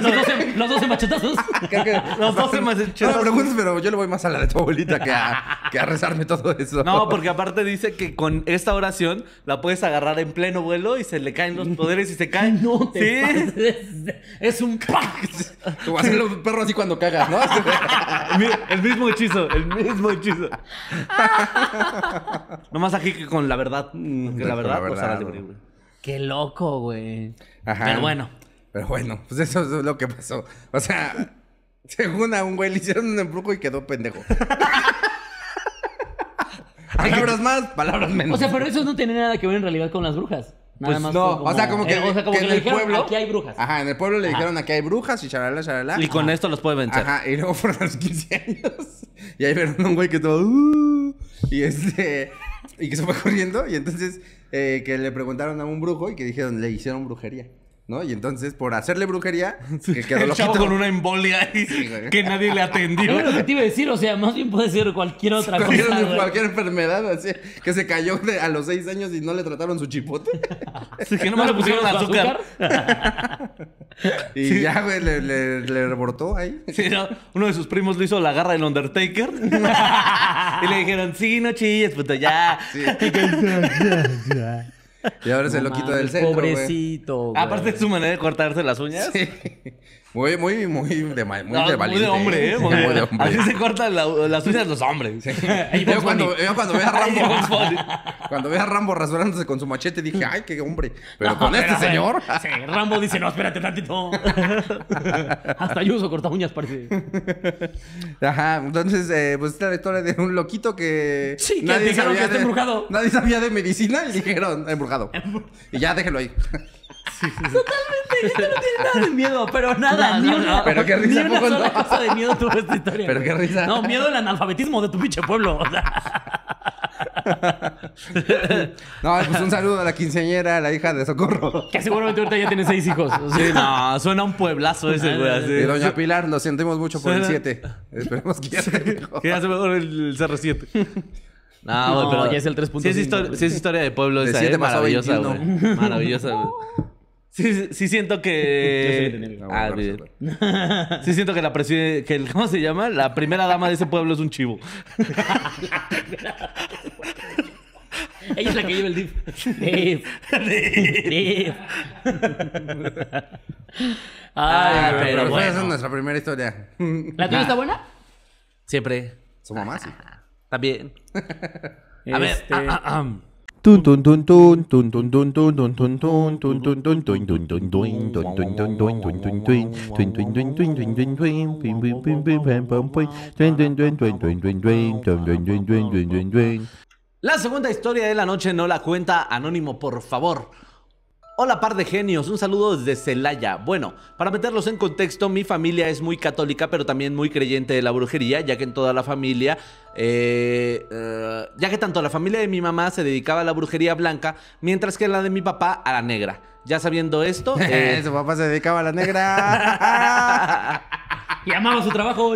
D: Los 12, los 12 machetazos.
B: Creo que-
E: Los doce
B: No
E: machetazos.
B: me preguntes, pero yo le voy más a la de tu abuelita que a, que a rezarme todo eso.
E: No, porque aparte dice que con esta oración la puedes agarrar en pleno vuelo y se le caen los poderes y se caen.
D: No te
E: sí.
D: pases. Es un pack.
B: Como hacen los perros así cuando cagas, ¿no?
E: El mi- El mismo hechizo, el mismo hechizo. Nomás aquí que con la verdad. Porque
B: con
E: la
B: la
E: verdad, pues
B: verdad,
E: ahora
B: bro.
E: libre, güey.
D: Qué loco, güey.
B: Ajá.
D: Pero bueno.
B: Pero bueno, pues eso es lo que pasó. O sea, según a un güey le hicieron un embrujo y quedó pendejo. palabras más, palabras menos.
D: O sea, pero eso no tiene nada que ver en realidad con las brujas. Nada
B: Pues
D: más
B: no,
D: fue
B: o sea, como que,
D: eh, o sea,
B: que
D: como que
B: en
D: le
B: el
D: dijeron,
B: pueblo.
D: aquí hay brujas.
B: Ajá, en el pueblo le dijeron aquí hay brujas y charalá, charalá.
E: Y con esto los puede vencer.
B: Ajá, y luego fueron a los 15 años. Y ahí vieron a un güey que todo. "Uh", y este. Y que se fue corriendo. Y entonces. eh, que le preguntaron a un brujo y que dijeron, le hicieron brujería. ¿No? Y entonces, por hacerle brujería, que quedó
E: El chavo
B: loquito.
E: con una embolia y
B: güey.
E: que nadie le
D: Yo
E: atendió.
D: lo que te iba a decir, o sea, más bien puede ser cualquier otra cosa.
B: Cualquier,
D: güey.
B: cualquier enfermedad, así. Que se cayó de- a los 6 años y no le trataron su chipote.
E: Sí, que nomás le pusieron azúcar.
B: Y ya, güey, le, le, le rebortó ahí.
E: Sí, ¿no? Uno de sus primos le hizo la garra del Undertaker. y le dijeron, sí, no chilles, puto, ya.
B: Sí. y ahora es el
D: No
B: loquito
D: mames,
B: del centro, güey.
D: Pobrecito, güey.
E: Aparte de su manera de cortarse las uñas.
B: Sí. Muy, muy, muy de, ma- muy
E: No,
B: de
E: muy
B: valiente.
E: de hombre, ¿eh? Muy
B: Muy de
E: de
B: hombre.
E: Así se cortan la- las uñas los hombres.
D: Ey,
B: Yo
D: Bugs Bunny.
B: cuando, yo cuando ve a Rambo,
E: Bunny.
B: cuando ve a Rambo rasurándose con su machete, dije, ay, qué hombre. Pero
D: No,
B: con este
D: espérate.
B: señor.
D: eh. Sí, Rambo dice, no, espérate tantito. Hasta Ayuso corta uñas parece.
B: Ajá, entonces, eh, pues esta es la historia de un loquito que.
D: Sí, que dijeron que está
B: de-
D: embrujado.
B: Nadie sabía de medicina y dijeron, embrujado. y ya déjelo ahí.
D: Totalmente, ya no tiene nada de miedo, pero nada,
E: No,
D: ni
E: no,
D: una,
E: no,
B: pero qué risa,
D: ni
B: ¿a
D: una
B: poco
D: sola
B: no?
D: cosa de miedo tuvo esta historia.
B: Pero qué risa.
D: No, miedo al analfabetismo de tu pinche pueblo. O sea,
B: No, pues un saludo a la quinceañera, a la hija de Socorro.
D: que seguramente ahorita ya tiene seis hijos. O sea,
E: Sí, no, suena un pueblazo ese, güey.
B: Ah, Y
E: Así.
B: doña Pilar, lo sentimos mucho por el
E: Suena-
B: 7. Esperemos que ya se mejor.
E: Que hace mejor el, el CR7. No, güey,
D: No,
E: pero.
D: ya es el 3.5,
E: Sí, es histori- sí es historia de pueblo
B: De
E: esa,
B: siete
E: eh,
B: pasó a
E: Maravillosa,
B: 21.
E: güey. Maravillosa, güey. Sí, sí, sí siento
D: Yo soy de
E: que.
D: negro.
E: Ah, bien. Sí siento que la preside. Que el, ¿Cómo se llama? La primera dama de ese pueblo es un chivo.
D: ella es la que lleva el DIF. DIF. DIF. Ay,
B: Ah,
D: pero,
B: pero esa es
D: bueno.
B: nuestra primera historia.
D: ¿La tuya está buena?
E: Siempre.
B: Su mamá, sí.
E: También. A ver.
D: Este,
E: ah, ah, ah.
F: Tun tun tun tun tun tun tun tun tun tun tun tun tun tun tun tun tun tun tun tun tun tun tun tun tun tun tun tun tun tun tun tun pim pim pim pim pam pam pum tun tun tun tun tun tun tun tun tun tun tun tun tun tun
E: La segunda historia de la noche no la cuenta Anónimo, por favor. Hola par de genios, un saludo desde Celaya. Bueno, para meterlos en contexto, mi familia es muy católica, pero también muy creyente de la brujería, ya que en toda la familia, eh, eh, ya que tanto la familia de mi mamá se dedicaba a la brujería blanca, mientras que la de mi papá a la negra. Ya sabiendo esto, eh,
B: Su papá se dedicaba a la negra.
D: y amaba su trabajo.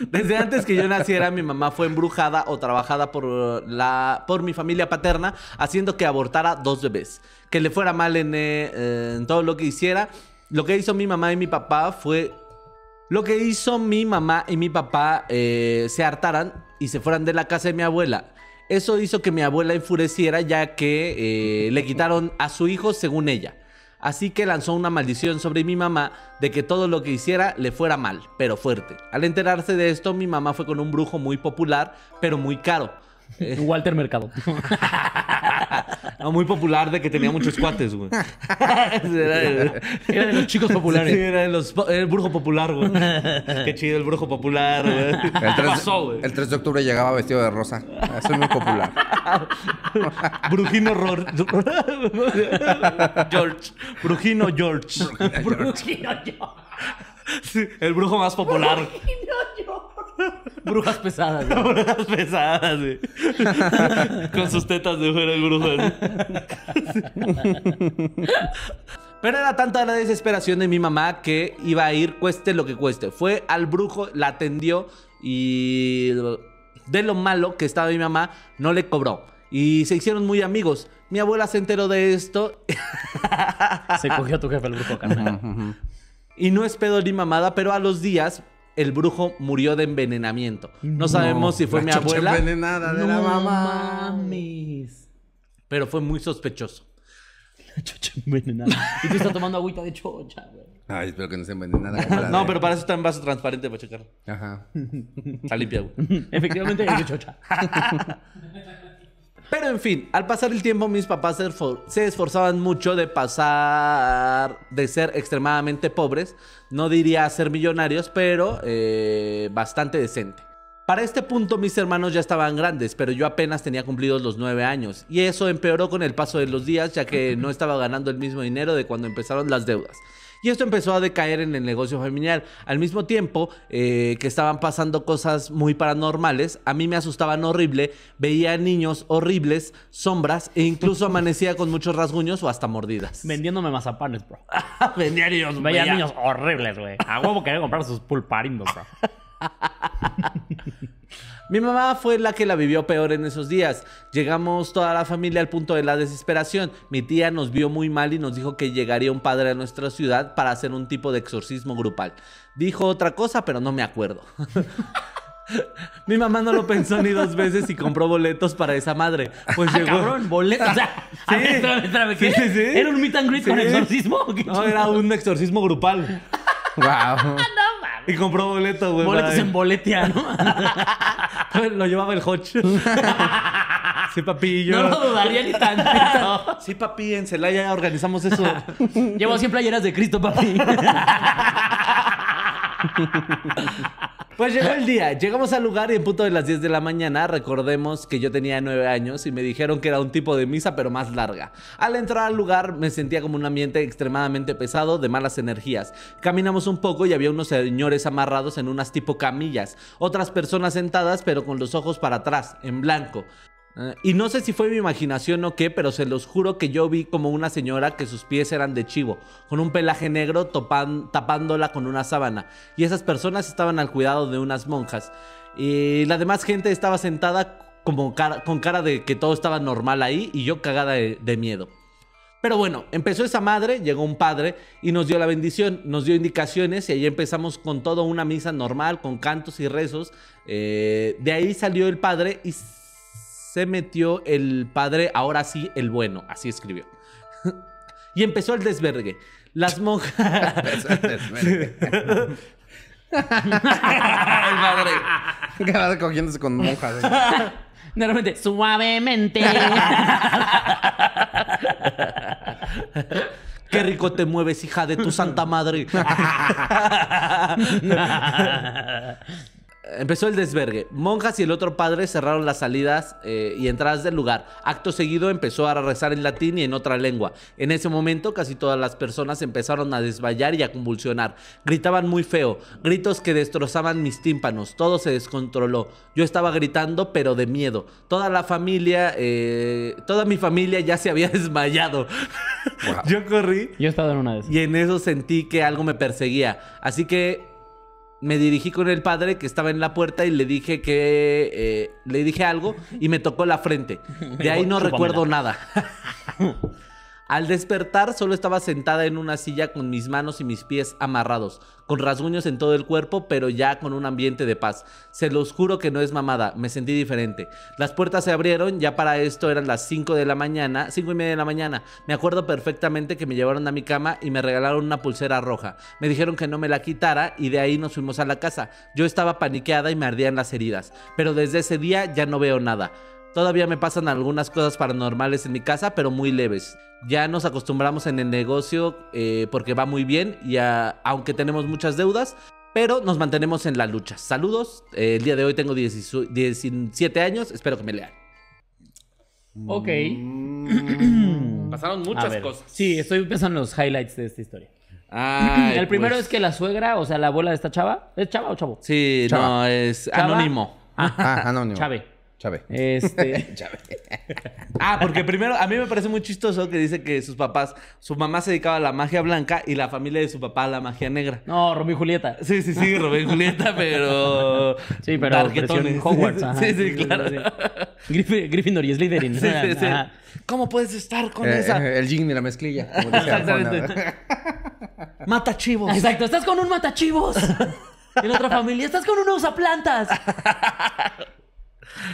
E: Desde antes que yo naciera, mi mamá fue embrujada o trabajada por, la, por mi familia paterna, haciendo que abortara dos bebés. Que le fuera mal en, eh, en todo lo que hiciera. Lo que hizo mi mamá y mi papá fue... Lo que hizo mi mamá y mi papá eh, se hartaran y se fueran de la casa de mi abuela. Eso hizo que mi abuela enfureciera ya que eh, le quitaron a su hijo según ella. Así que lanzó una maldición sobre mi mamá de que todo lo que hiciera le fuera mal, pero fuerte. Al enterarse de esto, mi mamá fue con un brujo muy popular, pero muy caro.
D: Walter Mercado.
E: No, muy popular de que tenía muchos cuates, güey. Era de-
D: Era de los chicos populares.
E: Sí, era de los po- el brujo popular, güey. Qué chido el brujo popular, güey.
B: El 3,
D: pasó, güey?
B: el 3 de octubre llegaba vestido de rosa. Eso es muy popular.
E: Brujino Ror- George. Brujino George.
D: Brujino yo.
E: Sí, el brujo más popular.
D: Brujas pesadas. güey.
E: Con las pesadas, güey. Con sus tetas de fuera el brujo. ¿no? Pero era tanta la desesperación de mi mamá que iba a ir cueste lo que cueste. Fue al brujo, la atendió y de lo malo que estaba mi mamá, no le cobró. Y se hicieron muy amigos. Mi abuela se enteró de esto
D: Se cogió a tu jefe el brujo, carnal.
E: Y no es pedo ni mamada, pero a los días el brujo murió de envenenamiento. No sabemos si fue
B: La
E: mi
B: chocha
E: abuela,
B: envenenada de la mamá.
D: mames.
E: pero fue muy sospechoso.
D: Chocha envenenada. Y tú estás tomando agüita de chocha, güey.
B: Ay, espero que no se envenenada. como la
E: No,
B: de-
E: pero para eso está en vaso transparente para checarlo.
B: Ajá.
E: Está limpia, güey.
D: Efectivamente, es de chocha.
E: Pero en fin, al pasar el tiempo mis papás se esfor- se esforzaban mucho de pasar de ser extremadamente pobres, no diría ser millonarios, pero eh, bastante decente. Para este punto mis hermanos ya estaban grandes, pero yo apenas tenía cumplidos los nueve años, y eso empeoró con el paso de los días ya que no estaba ganando el mismo dinero de cuando empezaron las deudas. Y esto empezó a decaer en el negocio familiar. Al mismo tiempo eh, que estaban pasando cosas muy paranormales, a mí me asustaban horrible, veía niños horribles, sombras e incluso amanecía con muchos rasguños o hasta mordidas.
D: Vendiéndome mazapanes, bro.
E: Vendía niños,
D: Vaya
E: veía-
D: niños horribles, güey. A huevo quería comprar sus pulparindos, bro.
E: Mi mamá fue la que la vivió peor en esos días. Llegamos toda la familia al punto de la desesperación. Mi tía nos vio muy mal y nos dijo que llegaría un padre a nuestra ciudad para hacer un tipo de exorcismo grupal. Dijo otra cosa, pero no me acuerdo. Mi mamá no lo pensó ni dos veces y compró boletos para esa madre. Pues
D: Ah,
E: llegó.
D: cabrón, boleto. O sea, a ver, espérame, espérame, ¿qué?
E: Sí, sí, sí.
D: ¿Era un meet and greet con
E: Sí.
D: exorcismo? ¿O qué
E: No, era un exorcismo grupal.
B: Wow.
E: Y compró boleto, güey.
D: Ah, Boletos
E: para-
D: en boletia, ¿no?
E: Lo llevaba el Hotch. sí, papillo.
D: No lo dudaría ni tantito.
E: Sí, papi, en Celaya organizamos eso.
D: Llevo 100 playeras de Cristo, papi.
E: Pues llegó el día, llegamos al lugar y en punto de las 10 de la mañana, recordemos que yo tenía 9 años y me dijeron que era un tipo de misa pero más larga. Al entrar al lugar me sentía como un ambiente extremadamente pesado de malas energías. Caminamos un poco y había unos señores amarrados en unas tipo camillas, otras personas sentadas pero con los ojos para atrás, en blanco. Eh, Y no sé si fue mi imaginación o qué, pero se los juro que yo vi como una señora que sus pies eran de chivo, con un pelaje negro topan- tapándola con una sábana. Y esas personas estaban al cuidado de unas monjas. Y la demás gente estaba sentada como cara- con cara de que todo estaba normal ahí y yo cagada de- de miedo. Pero bueno, empezó esa madre, llegó un padre y nos dio la bendición, nos dio indicaciones y ahí empezamos con toda una misa normal, con cantos y rezos. Eh, de ahí salió el padre y se metió el padre, ahora sí, el bueno, así escribió. y empezó el desvergue. Las monjas...
B: Acabas cogiéndose con monjas. güey.
D: De repente, suavemente.
E: Qué rico te mueves, hija de tu santa madre. Empezó el desvergue. Monjas y el otro padre cerraron las salidas eh, y entradas del lugar. Acto seguido empezó a rezar en latín y en otra lengua. En ese momento casi todas las personas empezaron a desmayar y a convulsionar. Gritaban muy feo, gritos que destrozaban mis tímpanos. Todo se descontroló. Yo estaba gritando pero de miedo. Toda la familia, eh, toda mi familia ya se había desmayado. Yo corrí
D: Yo he estado en una de esas.
E: y en eso sentí que algo me perseguía. Así que me dirigí con el padre que estaba en la puerta y le dije que eh, le dije algo y me tocó la frente. De ahí no
D: Chúpamela.
E: recuerdo nada. Al despertar solo estaba sentada en una silla con mis manos y mis pies amarrados, con rasguños en todo el cuerpo, pero ya con un ambiente de paz. Se los juro que no es mamada, me sentí diferente. Las puertas se abrieron, ya para esto eran las 5 de la mañana, 5 y media de la mañana. Me acuerdo perfectamente que me llevaron a mi cama y me regalaron una pulsera roja. Me dijeron que no me la quitara y de ahí nos fuimos a la casa. Yo estaba paniqueada y me ardían las heridas, pero desde ese día ya no veo nada. Todavía me pasan algunas cosas paranormales en mi casa, pero muy leves. Ya nos acostumbramos en el negocio eh, porque va muy bien y a- aunque tenemos muchas deudas, pero nos mantenemos en la lucha. Saludos, eh, el día de hoy tengo 18 17 años, espero que me lean.
D: Ok.
C: Pasaron
D: A
C: muchas
D: ver.
C: cosas.
D: Sí, estoy pensando en los highlights de esta historia.
E: Ay,
D: el primero
E: pues,
D: es que la suegra, o sea, la abuela de esta chava, ¿es chava o chavo?
E: Sí,
B: Chava.
E: no, es
D: Chava.
E: anónimo.
B: Ah, anónimo.
D: Chave.
B: Chave.
D: Este,
B: Chave.
E: Ah, porque primero, a mí me parece muy chistoso que dice que sus papás, su mamá se dedicaba a la magia blanca y la familia de su papá a la magia negra.
D: no, Romeo y Julieta.
E: Sí, sí, sí, Rubén Julieta, pero.
D: Sí, pero
E: Targetones.
D: versión Hogwarts. ajá.
E: Sí, sí, claro. Sí,
D: Griffin- Gryffindor y Slytherin.
E: sí, sí.
D: Ajá.
E: ¿Cómo puedes estar con
B: Eh,
E: esa?
B: eh, el jean y la mezclilla. Como dice Arjona,
E: Exactamente.
B: ¿verdad?
E: Mata chivos.
D: Exacto, estás con un matachivos. Y la otra familia, estás con un usaplantas.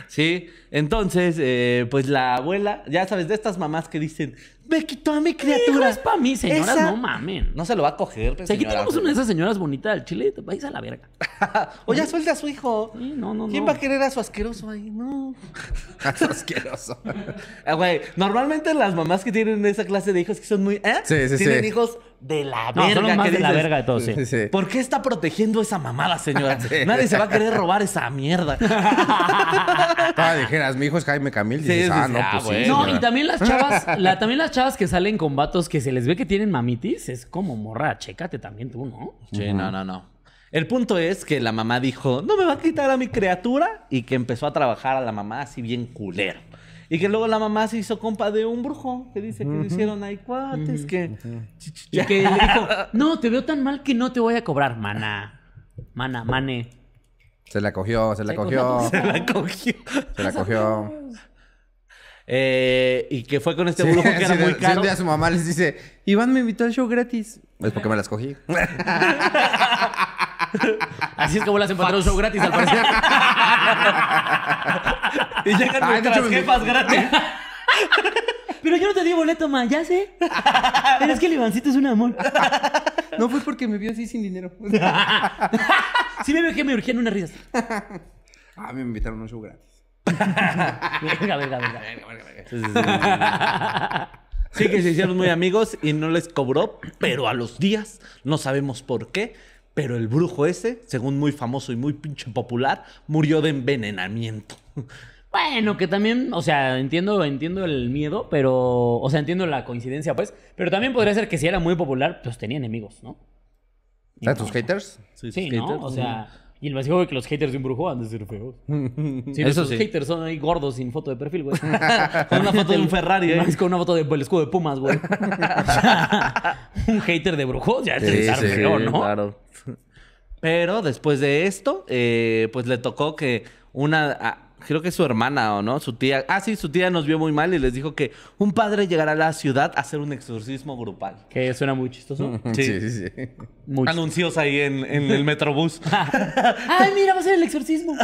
E: Sí, entonces, eh, pues la abuela, ya sabes, de estas mamás que dicen, me quitó a mi
D: Hijo,
E: criatura.
D: es para mí, señoras,
E: Esa-
D: no mamen.
E: No se lo va a coger. pues,
D: si aquí
E: señora.
D: tenemos una de esas señoras bonitas del Chile, te vais a la verga.
E: O ya suelta a su hijo.
D: Sí, no, no,
E: ¿Quién
D: no.
E: va a querer a su asqueroso ahí? No.
B: Es asqueroso.
E: Ah, güey, normalmente las mamás que tienen esa clase de hijos que son muy. ¿eh?
B: Sí, sí,
E: tienen
B: sí.
E: hijos de la
D: No,
E: verga.
D: son los más
E: que
D: de la
E: dices,
D: verga de todos, sí.
B: Sí, sí.
E: ¿Por qué está protegiendo esa mamada, señora? Nadie se va a querer robar esa mierda.
B: Todavía dijeras, mi hijo es Jaime Camil. Y
E: Sí,
B: dices,
E: sí,
B: ah,
E: sí.
B: no,
E: Ah,
B: pues sí.
E: bueno.
D: No,
B: señora.
D: y también las chavas, la- también las chavas que salen con vatos que se les ve que tienen mamitis, es como morra, chécate también tú, ¿no?
E: Sí, no, no, no. El punto es que la mamá dijo, no me va a quitar a mi criatura y que empezó a trabajar a la mamá así bien culero. Y que luego la mamá se hizo compa de un brujo que dice que le hicieron ahí cuates, que... Ch- ch-
D: Y que le dijo, no, te veo tan mal que no te voy a cobrar, mana. Mana, mane.
B: Se la cogió, se la
D: Se
B: cogió.
D: cogió.
E: Se la cogió.
B: Se la cogió.
E: Eh, y que fue con este brujo que era
B: Sí, de-
E: muy
B: sí,
E: caro.
B: un día su mamá les dice, Iván me invitó al show gratis. Pues porque me las cogí.
D: Así es que vuelas a encontrar un show gratis, al parecer.
E: Y llegan
B: Ay, de
E: nuestras
B: hecho, me-
E: jefas gratis.
D: Pero yo no te di boleto, ma, ya sé. Pero es que el Ivancito es un amor.
B: No fue porque me vio así sin dinero.
D: Sí me veo que me urgían unas risas.
B: ah, me invitaron a un show gratis.
D: Venga, venga, venga.
E: Sí, que se hicieron muy amigos y no les cobró, pero a los días, no sabemos por qué, pero el brujo ese, según muy famoso y muy pinche popular, murió de envenenamiento.
D: Bueno, que también, o sea, entiendo, entiendo el miedo, pero, o sea, entiendo la coincidencia, pues. Pero también podría ser que si era muy popular, pues tenía enemigos, ¿no? Ah,
B: ¿A tus haters?
D: Sí,
E: sus
D: ¿no?
E: haters.
D: O sea, y el básico que los haters de un brujo han de ser feos. Sí, esos
E: sí.
D: haters son ahí gordos sin foto de perfil, güey.
E: Con una foto de un Ferrari, ¿eh?
D: Es con una foto del escudo de Pumas, güey. un hater de brujos ya es estar feo, ¿no?
E: Claro. Pero después de esto, eh, pues le tocó que una, ah, creo que su hermana o no, su tía, ah sí, su tía nos vio muy mal y les dijo que un padre llegará a la ciudad a hacer un exorcismo grupal.
D: Que suena muy chistoso.
E: Sí.
B: sí, sí. sí.
D: Muy chistoso.
E: Anuncios ahí en, en el Metrobús.
D: ¡Ay, mira, va a ser el exorcismo!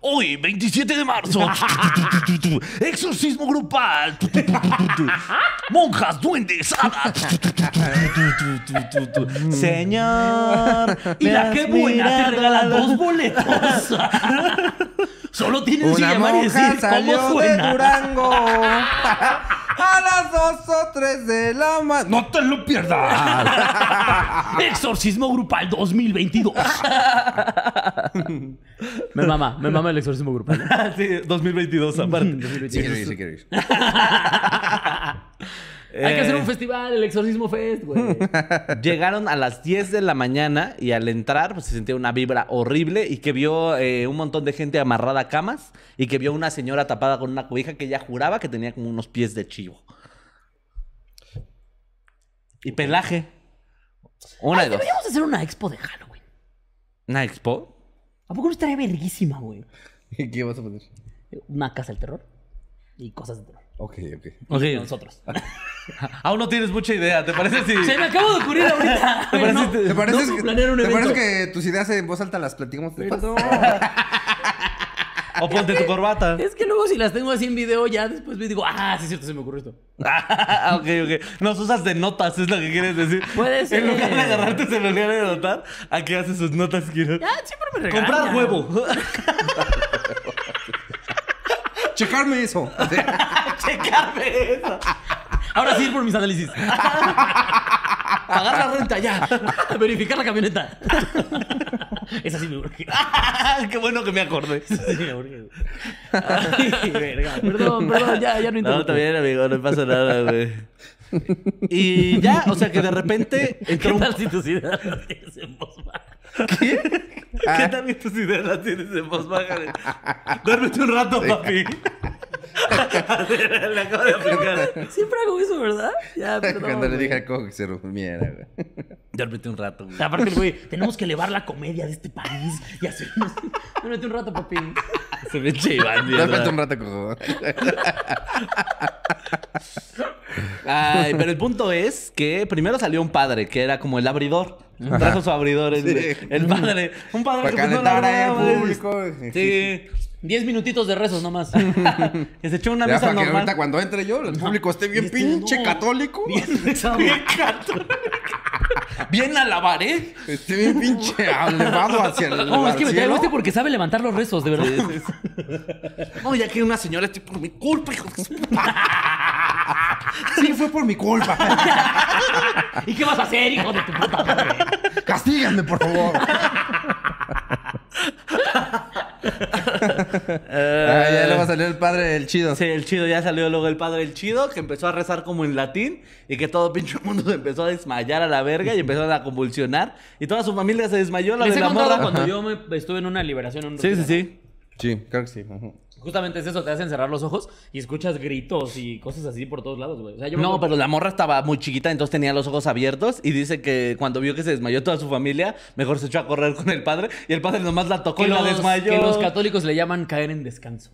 E: Hoy, 27 de marzo. Exorcismo grupal. Monjas, duendes, hadas. Mm. Señor.
D: Y la que buena te regalan
E: regalando
D: dos boletos. Solo tienes que
B: Una
D: llamar y
B: monja
D: decir cómo
B: salió de
D: suena.
B: Durango a las dos o tres de la mañana. ¡No te lo pierdas!
D: Exorcismo grupal 2022. me mama, me mama el exorcismo grupal.
E: Ah, Sí, 2022 aparte.
B: Sí, quiero ir, sí, quiero ir. Eh.
D: Hay que hacer un festival, el exorcismo fest, güey.
E: Llegaron a las 10 de la mañana y al entrar pues, se sentía una vibra horrible y que vio eh, un montón de gente amarrada a camas y que vio una señora tapada con una cobija que ella juraba que tenía como unos pies de chivo. Y pelaje. Una de dos.
D: Deberíamos hacer una expo de Halloween.
E: Una expo.
D: ¿A poco no estaría verguísima, güey?
B: ¿Qué vas a poner?
D: Una casa del terror y cosas de terror.
B: Ok, ok.
D: Nosotros.
E: Aún no tienes mucha idea, ¿te parece si...?
D: Se me acabo de ocurrir ahorita.
E: ¿Te parece-
D: No,
E: te-
B: ¿Te
D: no
B: parece,
D: puedo
B: que,
D: planear un
B: te
D: evento.
B: parece que tus ideas en voz alta las platicamos después?
E: O ponte tu corbata.
D: Es que luego si las tengo así en video ya después me digo, ah, sí es cierto, se me ocurrió esto.
E: Ah, ok, ok. Nos usas de notas, es lo que quieres decir.
D: Puede ser.
E: En lugar de agarrarte el celular y anotar, aquí haces sus notas. quiero-
D: Ya, siempre me regaña.
E: Comprar huevo.
B: Checarme eso.
E: Checarme eso.
D: Ahora sí ir por mis análisis.
E: Pagar la renta ya.
D: Verificar la camioneta. Esa sí me urge.
E: Qué bueno que me acordé.
D: Esa sí me urge. güey. Ay, verga. Perdón, perdón, ya, ya no
E: No,
D: interrumpo.
E: está bien, amigo, no pasa nada, güey. Y ya, o sea que de repente
D: ¿Qué
E: entró un...
D: tal si tus ideas las tienes en voz baja?
B: Ah.
E: ¿Qué tal que tus ideas las tienes en voz baja? güey? Duérmete un rato, papi. Le acabo de aplicar.
D: Siempre hago eso, ¿verdad? Ya, perdón.
B: Cuando le
D: güey.
B: dije a Coco que se durmiera, güey.
E: Duérmete un rato, güey.
D: Aparte, el güey, tenemos que elevar la comedia de este país y hacernos. Duérmete un rato, papi.
E: Se me echa Iván,
B: Duérmete
E: mierda.
B: un rato, Coco.
E: Ay, pero el punto es que primero salió un padre, que era como el abridor. Trajo su abridor, el,
B: Sí.
E: el padre. Un padre
B: Para
E: que pues, no
B: calentar
E: labraba,
B: al
E: güey.
B: público.
E: Sí.
D: Diez minutitos de rezos nomás.
E: que se echó una
B: Ya
E: mesa
B: para que ahorita
E: normal.
B: cuando entre yo, el público esté bien
D: Este,
B: pinche
D: no.
B: católico.
E: Bien católica. Bien a lavar, ¿eh?
B: Esté bien pinche elevado hacia el
D: No, es que me traigo
B: cielo.
D: este porque sabe levantar los rezos, de verdad.
E: No, ya que una señora estoy por mi culpa, hijo de su
B: Sí, fue por mi culpa.
D: ¿Y qué vas a hacer, hijo de tu puta madre?
B: Castíganme, por favor. Ah, ya luego salió el padre del chido.
E: Eh, Sí, el chido ya salió luego el padre el chido, que empezó a rezar como en latín y que todo pinche mundo se empezó a desmayar a la verga y empezaron a convulsionar y toda su familia se desmayó, la
D: Les
E: de
D: he
E: la
D: contado
E: morra.
D: cuando yo me estuve en una liberación. en un
E: Sí, sí,
D: retiro,
E: sí.
B: Sí, creo que sí. ajá.
D: ¿no? Justamente es eso, te hacen cerrar los ojos y escuchas gritos y cosas así por todos lados, güey. O sea, yo me
E: No,
D: acuerdo-
E: pero la morra estaba muy chiquita, entonces tenía los ojos abiertos y dice que cuando vio que se desmayó toda su familia, mejor se echó a correr con el padre y el padre nomás la tocó
D: que
E: y la
D: los,
E: desmayó.
D: que los católicos le llaman caer en descanso.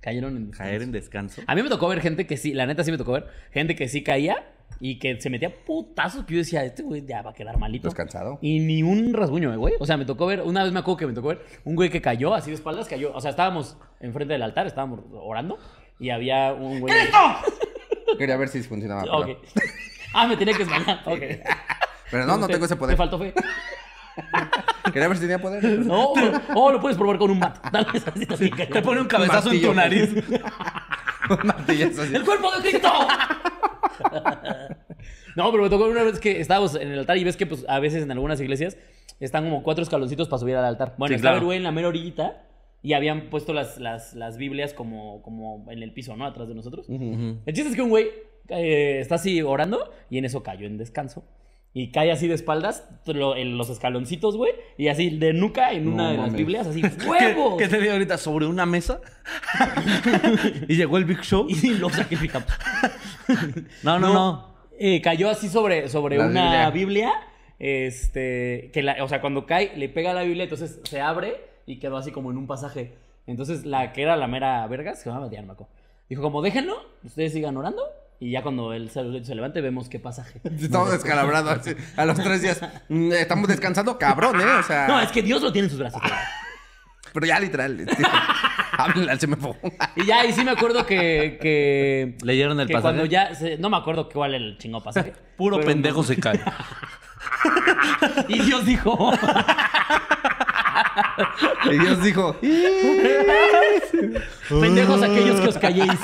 D: Cayeron en descanso.
E: Caer en descanso.
D: A mí me tocó ver gente que sí, la neta sí me tocó ver, gente que sí caía y que se metía putazos que yo decía, este güey ya va a quedar malito.
B: Descansado.
D: Y ni un rasguño, eh, güey. O sea, me tocó ver, una vez me acuerdo que me tocó ver un güey que cayó así de espaldas, cayó. O sea, estábamos enfrente del altar, estábamos orando y había un güey.
B: Quería ver si funcionaba.
D: Ok.
B: perdón.
D: Ah, me tenía que esbalar. Ok.
B: Pero no, no
D: Te-
B: tengo ese
D: Te
B: poder.
D: faltó fe.
B: Quería ver si tenía poder.
D: No, pero- oh, lo puedes probar con un mat. Dale, así, así,
E: Te
D: cabrón.
E: pone un cabezazo en
B: Martillo.
E: tu nariz.
B: Un martillazo así.
D: ¡El cuerpo de Cristo! no, pero me tocó una vez que estábamos en el altar y ves que pues, a veces en algunas iglesias están como cuatro escaloncitos para subir al altar. Bueno,
E: Sí,
D: estaba el
E: claro.
D: güey en la mera orillita y habían puesto las, las, las Biblias como, como en el piso, ¿no? Atrás de nosotros. El chiste es que un güey eh, está así orando y en eso cayó en descanso. Y cae así de espaldas lo- en los escaloncitos, güey. Y así de nuca en una de las
B: mames.
D: Biblias, así,
E: ¿Qué,
D: ¡huevos!
E: qué te vi ahorita? ¿Sobre una mesa? y llegó el Big Show.
D: Y lo sacrificamos.
E: No, no, no.
D: Eh, cayó así sobre, sobre
B: La
D: una Biblia. Este. Que la, o sea, cuando cae, le pega a la Biblia, entonces se abre y quedó así como en un pasaje. Entonces, la que era la mera vergas, se llamaba Diana Maco. Dijo, como déjenlo, ustedes sigan orando. Y ya cuando él se, se levante, vemos qué pasaje.
B: Estamos descalabrados así. A los tres días. mm, Estamos descansando, cabrón, ¿eh? O sea.
D: No, es que Dios lo tiene en sus brazos.
B: Pero ya literal. este, Háblenle al CMFO.
D: Y ya, y sí me acuerdo que. que
E: Leyeron el
D: que
E: pasaje.
D: cuando ya. se- no me acuerdo cuál era el chingado pasaje.
E: Puro
D: Pero-
E: pendejo se cae.
D: Y Dios dijo.
B: Y Dios dijo.
D: Pendejos aquellos que os calléis.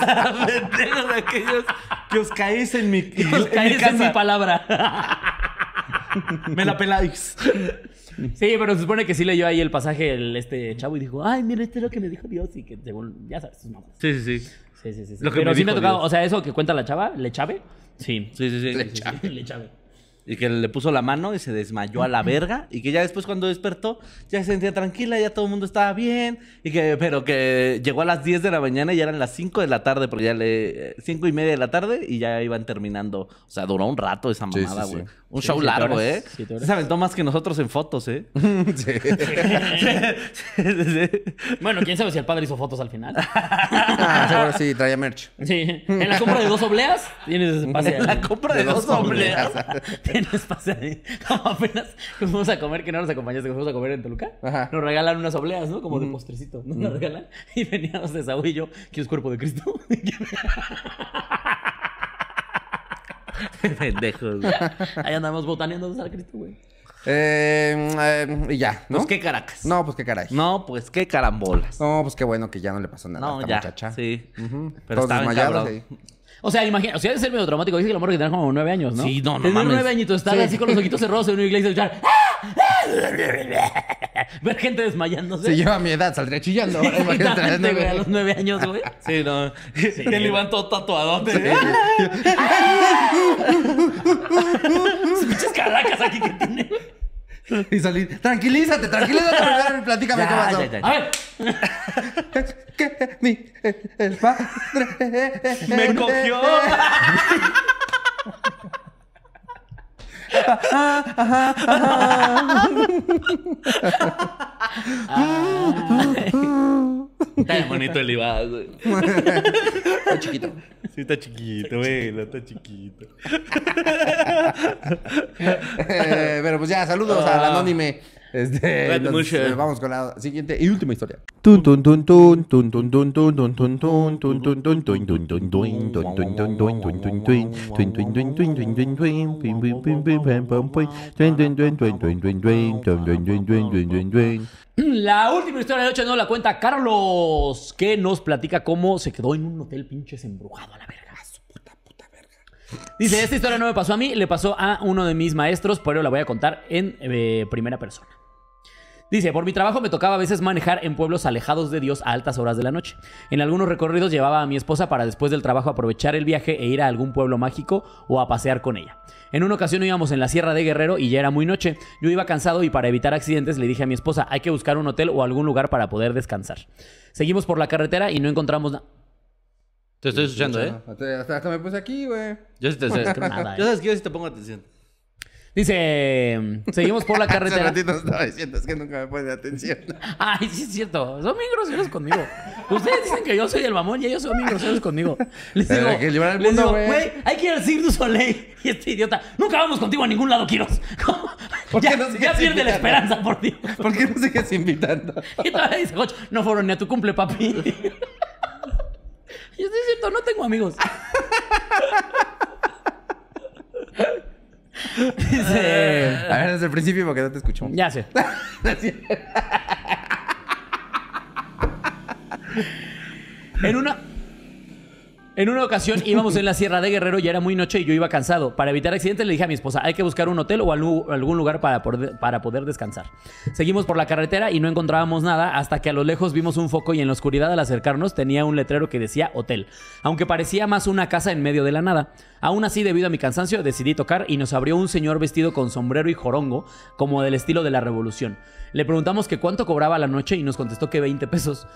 E: Pendejos aquellos que os caéis en mi,
D: Que os calléis en mi
E: casa.
D: palabra.
E: Me la peláis.
D: Sí, pero se supone que sí leyó ahí el pasaje el, este chavo y dijo, ay, mira, este es lo que me dijo Dios y que según, ya sabes, sus mamadas.
E: Sí, sí, sí.
D: Sí, sí, sí. sí.
E: Lo que
D: pero
E: me
D: sí me ha
E: dijo
D: tocado,
E: Dios.
D: o sea, eso que cuenta la chava, le chave. Sí.
E: Sí, sí, sí.
B: Le
E: sí, sí.
B: chave.
D: Le chave.
E: Y que le puso la mano y se desmayó a la verga. Y que ya después cuando despertó, ya se sentía tranquila, ya todo el mundo estaba bien. Y que, pero que llegó a las 10 de la mañana y ya eran las 5 de la tarde, pero ya le... 5 y media de la tarde y ya iban terminando. O sea, duró un rato esa
B: Sí,
E: mamada,
B: sí, sí.
E: güey. Un
D: Sí,
E: show
D: siete
E: largo,
D: horas,
E: ¿eh?
D: siete horas.
E: Se aventó más que nosotros en fotos, ¿eh?
B: Sí.
D: Bueno, quién sabe si el padre hizo fotos al final.
B: Ah, seguro sí, traía merch.
D: Sí. En la compra de dos obleas tienes ese pase. ahí.
E: La compra de,
B: De dos
E: dos obleas.
D: Tienes pase ahí. Como apenas que fuimos a comer, que no nos acompañaste, que fuimos a comer en Toluca.
B: Ajá.
D: Nos regalan unas obleas, ¿no?
E: Mm.
D: Como de postrecito. Nos las regalan. Y veníamos de Saúl y yo, que es cuerpo de Cristo.
E: Pendejos. güey.
D: Ahí andamos botaneando al Cristo, güey.
B: Eh, eh, y ya, ¿no?
E: Pues qué caracas.
B: No, pues qué caray. No.
E: No, pues qué carambolas.
B: pues qué bueno que ya no le pasó nada a
E: No,
B: esta
E: ya.
B: muchacha.
E: Sí. Pero
B: Pero Todos
E: estaba
B: desmayados
E: desmayado.
B: ahí.
D: O sea, imagina, o sea, debe ser medio traumático. Dice que la morra que tenía como nueve años, ¿no?
E: Sí, no, no
D: Tenía
E: mames.
D: nueve añitos, estaba así con los ojitos cerrados en una iglesia y escuchar. ¡Ah! ¡Ah! Ver gente desmayándose.
B: Si yo a mi edad saldría chillando. ahora imagínate, a las
D: Exactamente, güey,
B: nueve.
D: a los nueve años, güey.
E: Sí, no. Y el Iván todo tatuadote.
D: Muchas caracas aquí que tiene.
B: Y salir. Tranquilízate, tranquilízate. primero, Platícame
E: Ya,
B: qué pasó.
E: ya, ya.
D: A ver,
B: Que mi, eh, el padre.
E: Me cogió. Está bien bonito el Iván, güey.
B: Está chiquito.
E: Sí, está chiquito, güey. no Está chiquito.
B: Eh, pero pues ya, saludos al anónime. Este,
E: Cuídate
B: entonces,
E: mucho.
B: eh, vamos con la siguiente y última historia.
F: Tun tun tun tun tun tun tun tun tun tun tun tun tun tun tun tun tun tun tun tun tun tun tun tun tun. Tun tun tun tun tun tun tun. Pim, pim, pim, pim, pam, pam, pum. Tun, tun, tun, tun, tun, tun, tun. Tun, tun, tun, tun, tun, tun, tun.
D: la última historia de noche no la cuenta Carlos, que nos platica cómo se quedó en un hotel pinches embrujado a la verga. Dice, esta historia no me pasó a mí, le pasó a uno de mis maestros, pero la voy a contar en eh, primera persona. Dice, por mi trabajo me tocaba a veces manejar en pueblos alejados de Dios a altas horas de la noche. En algunos recorridos llevaba a mi esposa para después del trabajo aprovechar el viaje e ir a algún pueblo mágico o a pasear con ella. En una ocasión íbamos en la Sierra de Guerrero y ya era muy noche. Yo iba cansado y para evitar accidentes le dije a mi esposa, hay que buscar un hotel o algún lugar para poder descansar. Seguimos por la carretera y no encontramos nada.
E: Te estoy escuchando, ¿eh?
B: Hasta, hasta me puse aquí, güey.
E: Yo sí te sé.
D: nada, eh.
E: Yo sabes que yo sí te pongo atención.
D: Dice, seguimos por la
B: Hace
D: carretera.
B: ratito estaba diciendo, es que nunca me ponen atención.
D: Ay, sí es cierto. Son bien groseros conmigo. Ustedes dicen que yo soy el mamón y ellos son bien groseros conmigo. Les
B: Pero
D: digo,
B: hay que llevar al
D: les
B: mundo,
D: digo,
B: güey.
D: güey, hay que ir al Cirque du Soleil. Y este idiota, nunca vamos contigo a ningún lado, Kiros. ¿Cómo?
B: ¿Por
D: ya
B: qué no sigues
D: ya pierde la
B: invitando?
D: esperanza, por Dios.
B: ¿Por qué no sigues invitando?
D: Y todavía dice, "Goch, no fueron ni a tu cumple, papi. Y yo, sí es cierto, no tengo amigos. Dice,
B: A ver, desde el principio porque no te escuchamos.
D: ya sé. En una. En una ocasión íbamos en la Sierra de Guerrero, ya era muy noche y yo iba cansado. Para evitar accidentes le dije a mi esposa, hay que buscar un hotel o algu- algún lugar para poder, para poder descansar. Seguimos por la carretera y no encontrábamos nada hasta que a lo lejos vimos un foco y en la oscuridad al acercarnos tenía un letrero que decía hotel, aunque parecía más una casa en medio de la nada. Aún así, debido a mi cansancio, decidí tocar y nos abrió un señor vestido con sombrero y jorongo, como del estilo de la revolución. Le preguntamos que cuánto cobraba la noche y nos contestó que 20 pesos.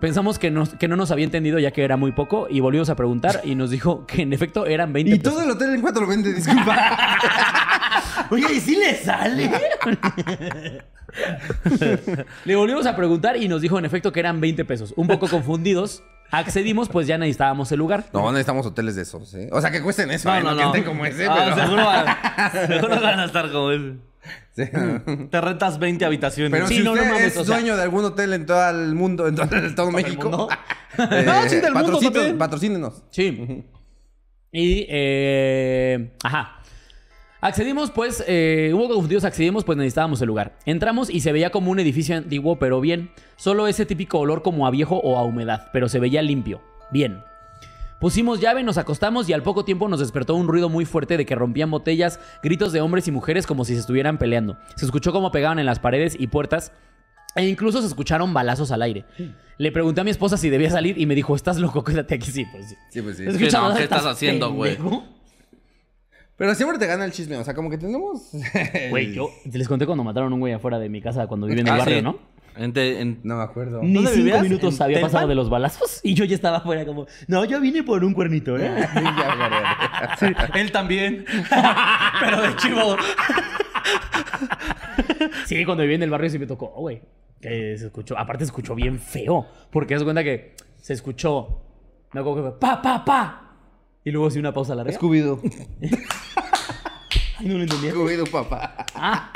D: Pensamos que, nos- que no nos había entendido ya que era muy poco y volvimos a preguntar y nos dijo que en efecto eran 20
G: Y
D: pesos.
G: todo el hotel en 420, disculpa.
D: Oye, ¿y si le sale? le volvimos a preguntar y nos dijo en efecto que eran 20 pesos. Un poco confundidos, accedimos pues ya necesitábamos el lugar.
B: No, necesitamos hoteles de esos, ¿eh? O sea, que cuesten eso,
E: No,
B: ¿eh?
E: no,
B: que
E: no.
B: estén como ese,
E: Ah,
B: pero...
E: seguro, van, seguro van a estar como ese.
B: Sí.
E: Te rentas 20 habitaciones.
B: Pero
D: Sí,
B: si
D: no, no
B: usted
D: mames,
B: es
D: o sea-
B: dueño de algún hotel en todo el mundo, en todo, en todo México...
D: mundo?
B: eh,
G: No, sí, del mundo
B: patrocín-
G: también.
B: Patrocínenos.
D: Sí. Y, eh, ajá. Accedimos, pues, eh, hubo confundidos, accedimos, pues necesitábamos el lugar. Entramos y se veía como un edificio antiguo, pero bien. Solo ese típico olor como a viejo o a humedad, pero se veía limpio. Bien. Pusimos llave, nos acostamos y al poco tiempo nos despertó un ruido muy fuerte de que rompían botellas, gritos de hombres y mujeres como si se estuvieran peleando. Se escuchó cómo pegaban en las paredes y puertas e incluso se escucharon balazos al aire. Le pregunté a mi esposa si debía salir y me dijo, ¿estás loco? Quédate aquí, sí, pues sí.
B: Sí, pues sí.
D: Es
E: que
D: que,
E: no,
D: chaval,
E: ¿qué estás haciendo, güey?
D: pendejo.
B: Pero siempre te gana el chisme, o sea, como que tenemos... el-
D: Güey, yo te les conté cuando mataron a un güey afuera de mi casa cuando viví en el
E: Ah,
D: barrio,
E: sí.
D: ¿no?
E: En te- en-
B: No me acuerdo.
D: Ni
E: ¿Dónde
D: cinco
E: vivías?
D: minutos
E: ¿En
D: había
E: Telpan?
D: pasado de los balazos y yo ya estaba afuera como, no, yo vine por un cuernito, ¿eh?
B: Sí, ya me acordé.
E: él también. Pero de chivo.
D: Sí, cuando viví en el barrio sí me tocó, güey. Que se escuchó, aparte se escuchó bien feo, porque das cuenta que se escuchó, me acuerdo que fue, pa, pa, pa. Y luego sí una pausa larga.
G: Scooby-Doo.
D: Ay, no lo entendía.
B: Cuido, papá.
D: Ah,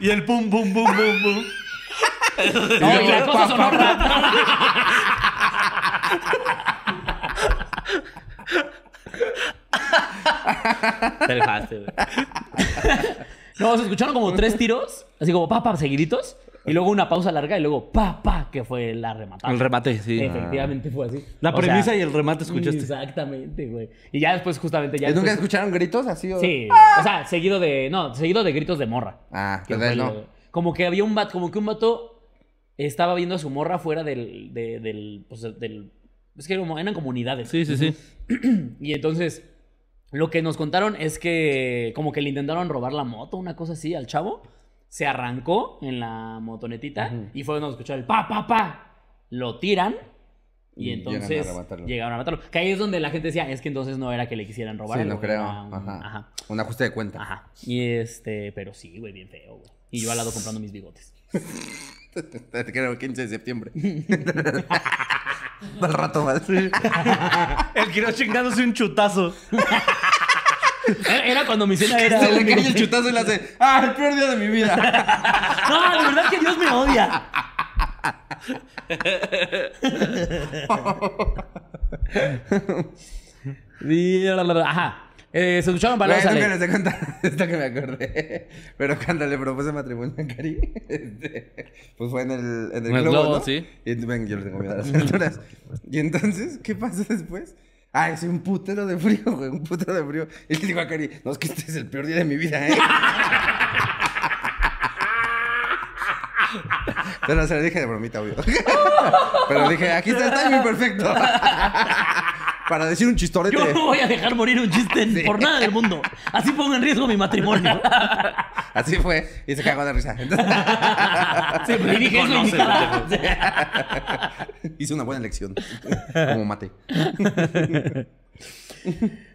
E: Y el pum, pum, pum, pum, pum.
D: no, y la cosa sonora.
E: Te dejaste, güey.
D: No, se escucharon como tres tiros, así como pa, pa, seguiditos. Y luego una pausa larga y luego pa, pa, que fue la rematada.
E: El remate, sí.
D: Efectivamente fue así.
E: La
D: O
E: premisa
D: sea,
E: y el remate escuchaste.
D: Exactamente, güey. Y ya después, justamente, ya.
B: ¿Y ¿Nunca
D: después-
B: escucharon gritos así? o-
D: Sí. O sea, seguido de. No, seguido de gritos de morra.
B: Ah,
D: Que
B: pero
D: fue
B: él
D: lo-
B: no.
D: Como que había un vato, como que un vato estaba viendo a su morra fuera del. de- del. Pues del. Es que era como- eran comunidades.
E: Sí, sí, sí.
D: Y entonces, lo que nos contaron es que como que le intentaron robar la moto, una cosa así, al chavo. Se arrancó en la motonetita y fue donde escuchó el pa, pa, pa. Lo tiran
B: Y
D: y,
B: llegan a
D: entonces
B: arrebatarlo.
D: llegaron a matarlo. Que ahí es donde la gente decía, es que entonces no era que le quisieran robar.
B: Sí,
D: algo,
B: no creo.
D: era un-
B: Ajá.
D: ajá.
B: Un ajuste de cuenta.
D: Ajá. Y este, pero sí, güey, bien feo, güey. Y yo al lado comprando mis bigotes.
B: Te Este, creo 15 de septiembre. Al rato más.
E: El Kiro chingándose un chutazo.
D: Era, era cuando mi cena era...
B: Se le
D: un-
B: cae el chutazo y le hace, ¡ah, el peor día de mi vida!
D: No, de verdad que Dios me odia. Y- Ajá. Eh, se escucharon
B: Güey,
D: palabras.
B: nunca les he contado esto que me acordé. Pero cuando le propuse matrimonio a Cari, este, pues fue en el, en el
E: En el
B: globo,
E: globo,
B: ¿no?
E: sí.
B: Y ven, yo le tengo miedo a las alturas. Y entonces, ¿qué pasó después? Ah, es un putero de frío, güey, un putero de frío. Y le digo a Cari, no, es que este es el peor día de mi vida, ¿eh? Pero se lo dije de bromita, obvio. Pero dije, aquí está el timing perfecto. Para decir un chistorete.
D: Yo no voy a dejar morir un chiste por nada del mundo. Así pongo en riesgo mi matrimonio.
B: Así fue. Y se cagó de risa. Entonces,
D: Sí, pero dije eso
E: conoce,
D: indicada.
B: hice una buena elección. Como mate.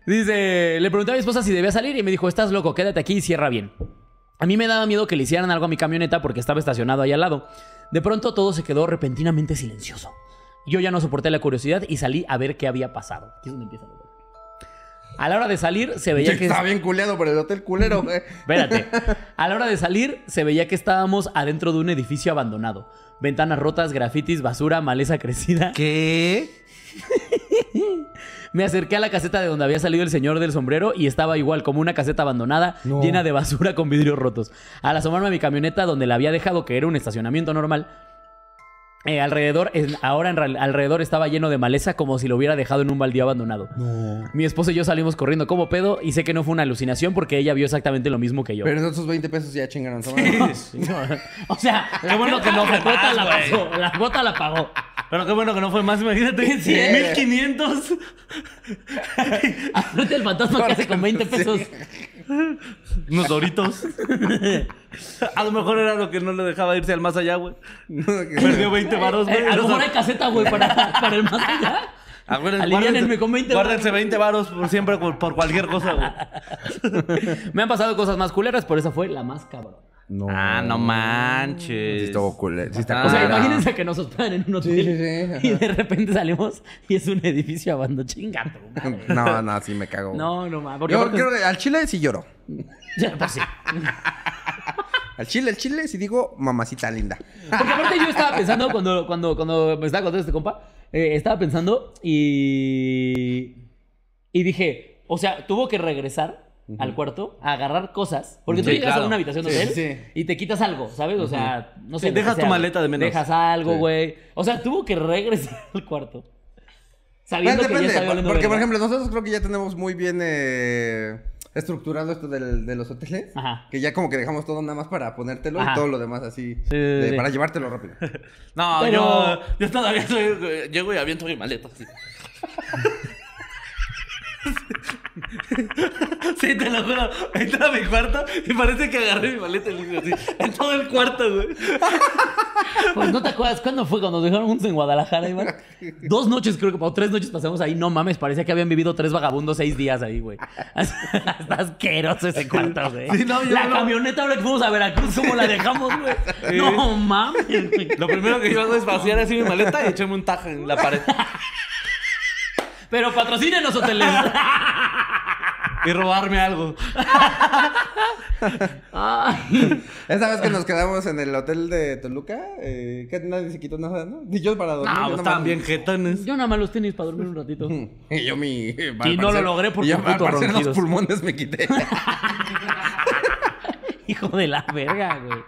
D: Dice, le pregunté a mi esposa si debía salir y me dijo, estás loco, quédate aquí y cierra bien. A mí me daba miedo que le hicieran algo a mi camioneta porque estaba estacionado ahí al lado. De pronto todo se quedó repentinamente silencioso. Yo ya no soporté la curiosidad y salí a ver qué había pasado. Aquí es donde empieza lo bueno. A la hora de salir se veía que...
B: Estaba bien culeado por el hotel culero, güey.
D: Espérate. A la hora de salir, se veía que estábamos adentro de un edificio abandonado. Ventanas rotas, grafitis, basura, maleza crecida.
E: ¿Qué?
D: Me acerqué a la caseta de donde había salido el señor del sombrero y estaba igual, como una caseta abandonada, llena de basura con vidrios rotos. Al asomarme a mi camioneta donde la había dejado, que era un estacionamiento normal, eh, alrededor, en- ahora en real- alrededor estaba lleno de maleza como si lo hubiera dejado en un baldío abandonado. Mi esposo y yo salimos corriendo como pedo y sé que no fue una alucinación porque ella vio exactamente lo mismo que yo.
B: Pero esos 20 pesos ya chingaron.
D: O sea, qué bueno que no la gota la pasó, la gota la pagó.
E: Pero qué bueno que no fue más, imagínate. 1500.
D: Aparte el fantasma que hace con 20 pesos.
E: Unos doritos. A lo mejor era lo que no le dejaba irse al más allá, güey. Perdió 20 varos, güey.
D: Eh, a lo
E: O sea,
D: mejor hay caseta, güey, para, para el más allá.
E: acuérdense,
D: Aliviánenme
E: guárdense-
D: con 20
E: Guárdense 20 varos por siempre, por, por cualquier cosa, güey.
D: Me han pasado cosas más culeras, pero esa fue la más cabrón.
B: No.
E: Ah, no manches.
B: Sí, estuvo culero. Sí, está
E: Ah,
D: O sea,
B: culero.
D: imagínense que nos hospedan en un hotel
B: sí, sí,
D: y de repente salimos y es un edificio abandonado. Chinga tu madre.
B: No, no, sí me cago.
D: No, no mames. Porque
B: Yo
D: aparte-
B: creo que al chile sí lloro.
D: Ya, pues sí.
B: Al chile, al chile sí digo mamacita linda.
D: Porque aparte yo estaba pensando cuando, cuando, cuando me estaba contando este compa, eh, estaba pensando y. Y dije, o sea, tuvo que regresar al cuarto a agarrar cosas. Porque tú
E: Sí,
D: llegas
E: claro.
D: a una habitación de
B: Sí,
D: hotel
B: sí.
D: y te quitas algo, ¿sabes? O sea, no sé.
E: Sí,
D: lo que
E: dejas tu
D: sea.
E: maleta de menos.
D: Dejas algo,
B: Sí.
D: güey. O sea, tuvo que regresar al cuarto.
B: Pues
D: Sabiendo que
B: depende,
D: ya estaba
B: por-
D: oliendo
B: porque por
D: verga.
B: ejemplo nosotros creo que ya tenemos muy bien eh, estructurado esto del- de los hoteles,
D: Ajá.
B: que ya como que dejamos todo nada más para ponértelo
D: Ajá.
B: y todo lo demás así,
D: Sí,
B: de-
D: sí, sí.
B: para llevártelo rápido.
E: No,
D: Pero-
E: yo, yo todavía soy, güey, llego y aviento mi maleta. Sí. Sí, te lo juro. Entra a mi cuarto y parece que agarré mi maleta y le hice así. En todo el cuarto, güey.
D: Pues no te acuerdas cuándo fue cuando nos dejaron juntos en Guadalajara, Iván. Dos noches, creo que, o tres noches pasamos ahí. No mames, parecía que habían vivido tres vagabundos seis días ahí, güey. Está asqueroso ese cuarto, güey.
E: Sí, no, yo
D: la
E: no.
D: camioneta ahora que fuimos a Veracruz, ¿cómo la dejamos, güey? No mames, güey.
E: Lo primero que yo hago es vaciar así mi maleta y echarme un tajo en la pared.
D: Pero patrocínenos, hoteleros.
E: Y robarme algo.
D: Ay.
B: Esa vez que nos quedamos en el hotel de Toluca, eh, que nadie se quitó nada, ¿no? Ni yo para dormir. yo
E: No, pues
B: nada
E: estaban
B: más-
E: bien jetones.
D: Yo nada más los tenis para dormir un ratito.
B: Y yo mi... Y
D: Y no lo logré porque
B: yo,
D: un
B: al
D: puto
B: parecer,
D: ronquidos.
B: los pulmones me quité.
D: Hijo de la verga, güey.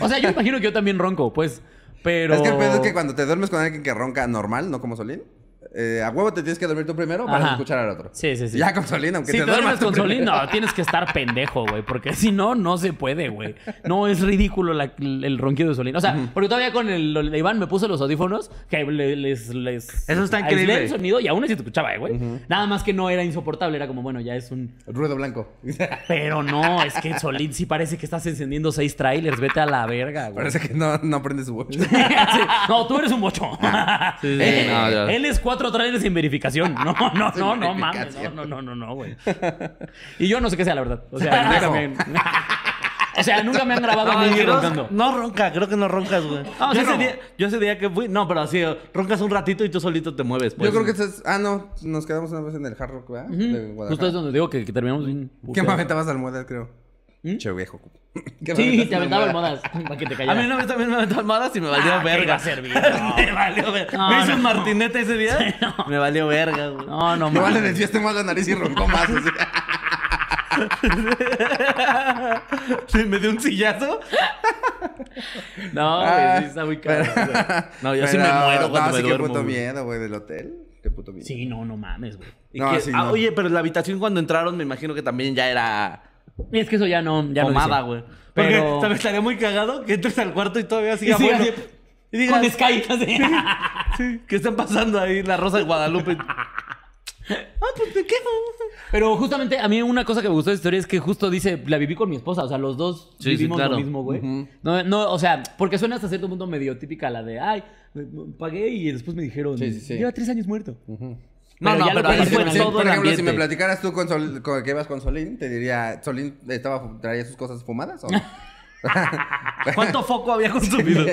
D: O sea, yo imagino que yo también ronco, pues. Pero.
B: Es que el pedo es que cuando te duermes con alguien que ronca normal, no como Solín, eh, a huevo te tienes que dormir tú primero para
D: Ajá.
B: escuchar al otro.
D: Sí, sí, sí.
B: Ya con Solín, aunque
D: Si
B: te,
D: te duermes
B: duermas tú
D: con Solín,
B: primero.
D: no, tienes que estar pendejo, güey, porque si no, no se puede, güey. No, es ridículo la- el ronquido de Solín. O sea, porque todavía con el, el Iván me puso los audífonos, que le- les, les...
E: Eso está
D: aislé
E: increíble.
D: el sonido y aún así te escuchaba, eh, güey. Nada más que no era insoportable, era como, bueno, ya es un...
B: Ruido blanco.
D: Pero no, es que Solín sí parece que estás encendiendo seis trailers, vete a la verga, güey.
B: Parece que no, no prende su voz.
D: Sí. No, tú eres un bocho.
E: sí,
D: Eh,
E: no, ya.
D: él es cuatro trailers sin verificación. No, no, no, no, mames. No,
B: verificación.
D: no, no, no, no, güey. Y yo no sé qué sea, la verdad. O sea, nunca me han... O sea, nunca me han grabado a
E: No,
D: mí
E: es que no-
D: roncando.
E: no ronca, creo que no roncas, güey.
D: Ah, o
E: yo,
D: sea,
E: ese
D: no.
E: día, yo ese día que fui, no, pero así, roncas un ratito y tú solito te mueves.
B: Yo
E: pues.
B: creo que eso es... Ah, no. Nos quedamos una vez en el Hard Rock, ¿verdad? De Guadalajara.
D: Justo es donde digo que, que terminamos bien.
B: ¿Qué
D: puteados.
B: me aventabas almohadas, creo? Che viejo. ¿Qué me
D: ¿Mm? Sí,
B: aventabas
D: te aventaba
B: almohadas?
D: almohadas para que te
E: A
D: callaras.
E: mí no me también me aventó almohadas y me valió
D: Ah, ¿qué
E: verga.
D: iba a servir? No.
E: me valió verga.
D: No,
E: me hizo
D: no.
E: un martinete ese día. Me valió verga, güey.
D: No, no,
B: Igual le
D: mames.
B: desviaste más este la nariz y roncó más. o sea.
E: Sí, me dio un sillazo.
D: No,
E: Ah.
D: güey, sí está muy caro.
E: No, yo sí me muero cuando me
B: sí,
E: duermo,
B: Qué puto
E: güey.
B: miedo, güey, del hotel. Qué puto miedo.
D: Sí, no, no mames, güey.
E: Y
B: No,
E: que-
B: sí,
E: ah,
B: no.
E: Oye, pero la habitación cuando entraron me imagino que también ya era
D: Y es que eso ya no... Ya no
E: pomada,
D: dice.
E: güey. Porque
D: Pero...
E: también estaría muy cagado que entres al cuarto y todavía siga
D: sí,
E: bueno.
D: así,
E: Y digas,
D: Con Sky, así.
E: sí, ¿qué están pasando ahí? La Rosa Ah, pues, de Guadalupe.
D: Pero justamente a mí una cosa que me gustó de esta historia es que justo dice, la viví con mi esposa, o sea, los dos
E: Sí, sí,
D: vivimos
E: claro.
D: lo mismo, güey.
E: Ujú.
D: no, no, o sea, porque suena hasta cierto punto medio típica la de, ay, pagué y después me dijeron,
B: Sí, sí, sí.
D: lleva tres años muerto.
E: No, no,
D: ya lo
E: pero ahí
D: pagas
E: sí,
D: con
E: sí,
D: todo
B: por
D: el
B: ejemplo, si
D: ambiente.
B: me platicaras tú con Sol- con- que ibas con Solín, te diría, ¿Solín estaba, fu- traía sus cosas fumadas o no?
E: ¿Cuánto foco había consumido?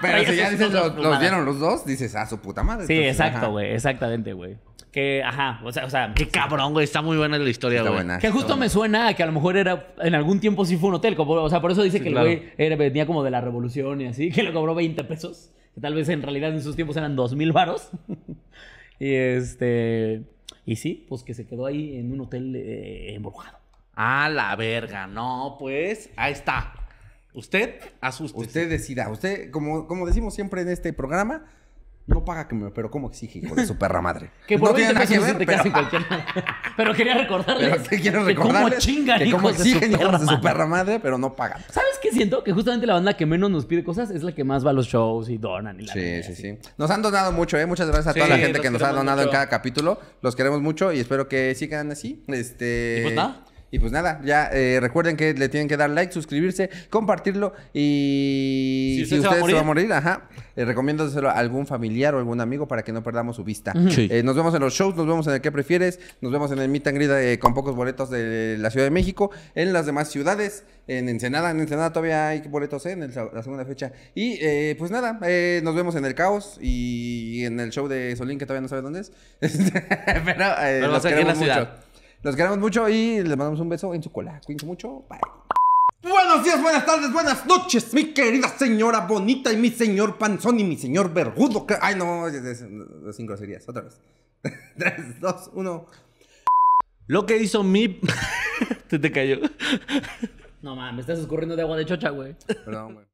B: Pero si ya dices, los, los vieron los dos, dices, ah, su puta madre.
D: Sí,
B: Entonces,
D: exacto,
B: ajá,
D: güey, exactamente, güey. Que, ajá, o sea, o sea,
E: Qué cabrón, güey. Está muy buena la historia,
B: Está
E: güey.
B: buena.
D: Que justo me suena a que a lo mejor era, en algún tiempo sí fue un hotel. como- o sea, por eso dice que
E: claro.
D: el güey era- venía como de la revolución y así, que le cobró 20 pesos. Que tal vez en realidad en sus tiempos eran 2 mil varos. y este. Y sí, pues que se quedó ahí en un hotel eh, embrujado.
E: A la verga, no, pues. Ahí está. Usted, asuste.
B: Usted decida, usted, como, como decimos siempre en este programa, no paga que me, pero como exige, hijo de su perra madre.
D: Que por
B: no
D: 20
B: tiene nada
D: pesos
B: que
D: sí
B: ver,
D: te
B: pero,
D: casas en cualquier- pero quería recordarles.
B: pero te quiero
D: que cómo
B: recordarles
D: chingan
B: que como
D: hijos de su
B: exigen, hijos de
D: perra
B: su
D: madre.
B: perra madre, pero no pagan.
D: ¿Sabes qué siento? Que justamente la banda que menos nos pide cosas es la que más va a los shows y donan y la
B: Sí,
D: verga,
B: sí,
D: así.
B: sí. Nos han donado mucho, ¿eh? Muchas gracias a toda
E: Sí,
B: la gente
E: los
B: que nos ha
E: queremos
B: donado en
E: mucho.
B: cada capítulo. Los queremos mucho y espero que sigan así. Este...
E: Y pues nada.
B: Y pues nada, ya eh, recuerden que le tienen que dar like, suscribirse, compartirlo y
E: Si usted se va a
B: se va a morir, ajá, eh, recomiéndoselo a algún familiar o algún amigo para que no perdamos su vista.
E: Sí.
B: Eh, nos vemos en los shows, nos vemos en el que prefieres, nos vemos en el Meet and Greet eh, con pocos boletos de la Ciudad de México, en las demás ciudades, en Ensenada, en Ensenada todavía hay boletos eh, en el- la segunda fecha. Y eh, pues nada, eh, nos vemos en el caos y en el show de Solín que todavía no sabe dónde es. Pero, eh,
E: Pero va a
B: los
E: ser aquí en la
B: queremos
E: ciudad.
B: mucho. Los queremos mucho y les mandamos un beso en su cola. Cuídense mucho. Bye. Buenos días, buenas tardes, buenas noches, mi querida señora bonita y mi señor panzón y mi señor vergudo. que- Ay, no, es- es- es- sin groserías, otra vez. Tres, dos, uno.
E: Lo que hizo mi. te, te cayó.
D: No mames, me estás escurriendo de agua de chocha, güey.
B: Perdón, güey.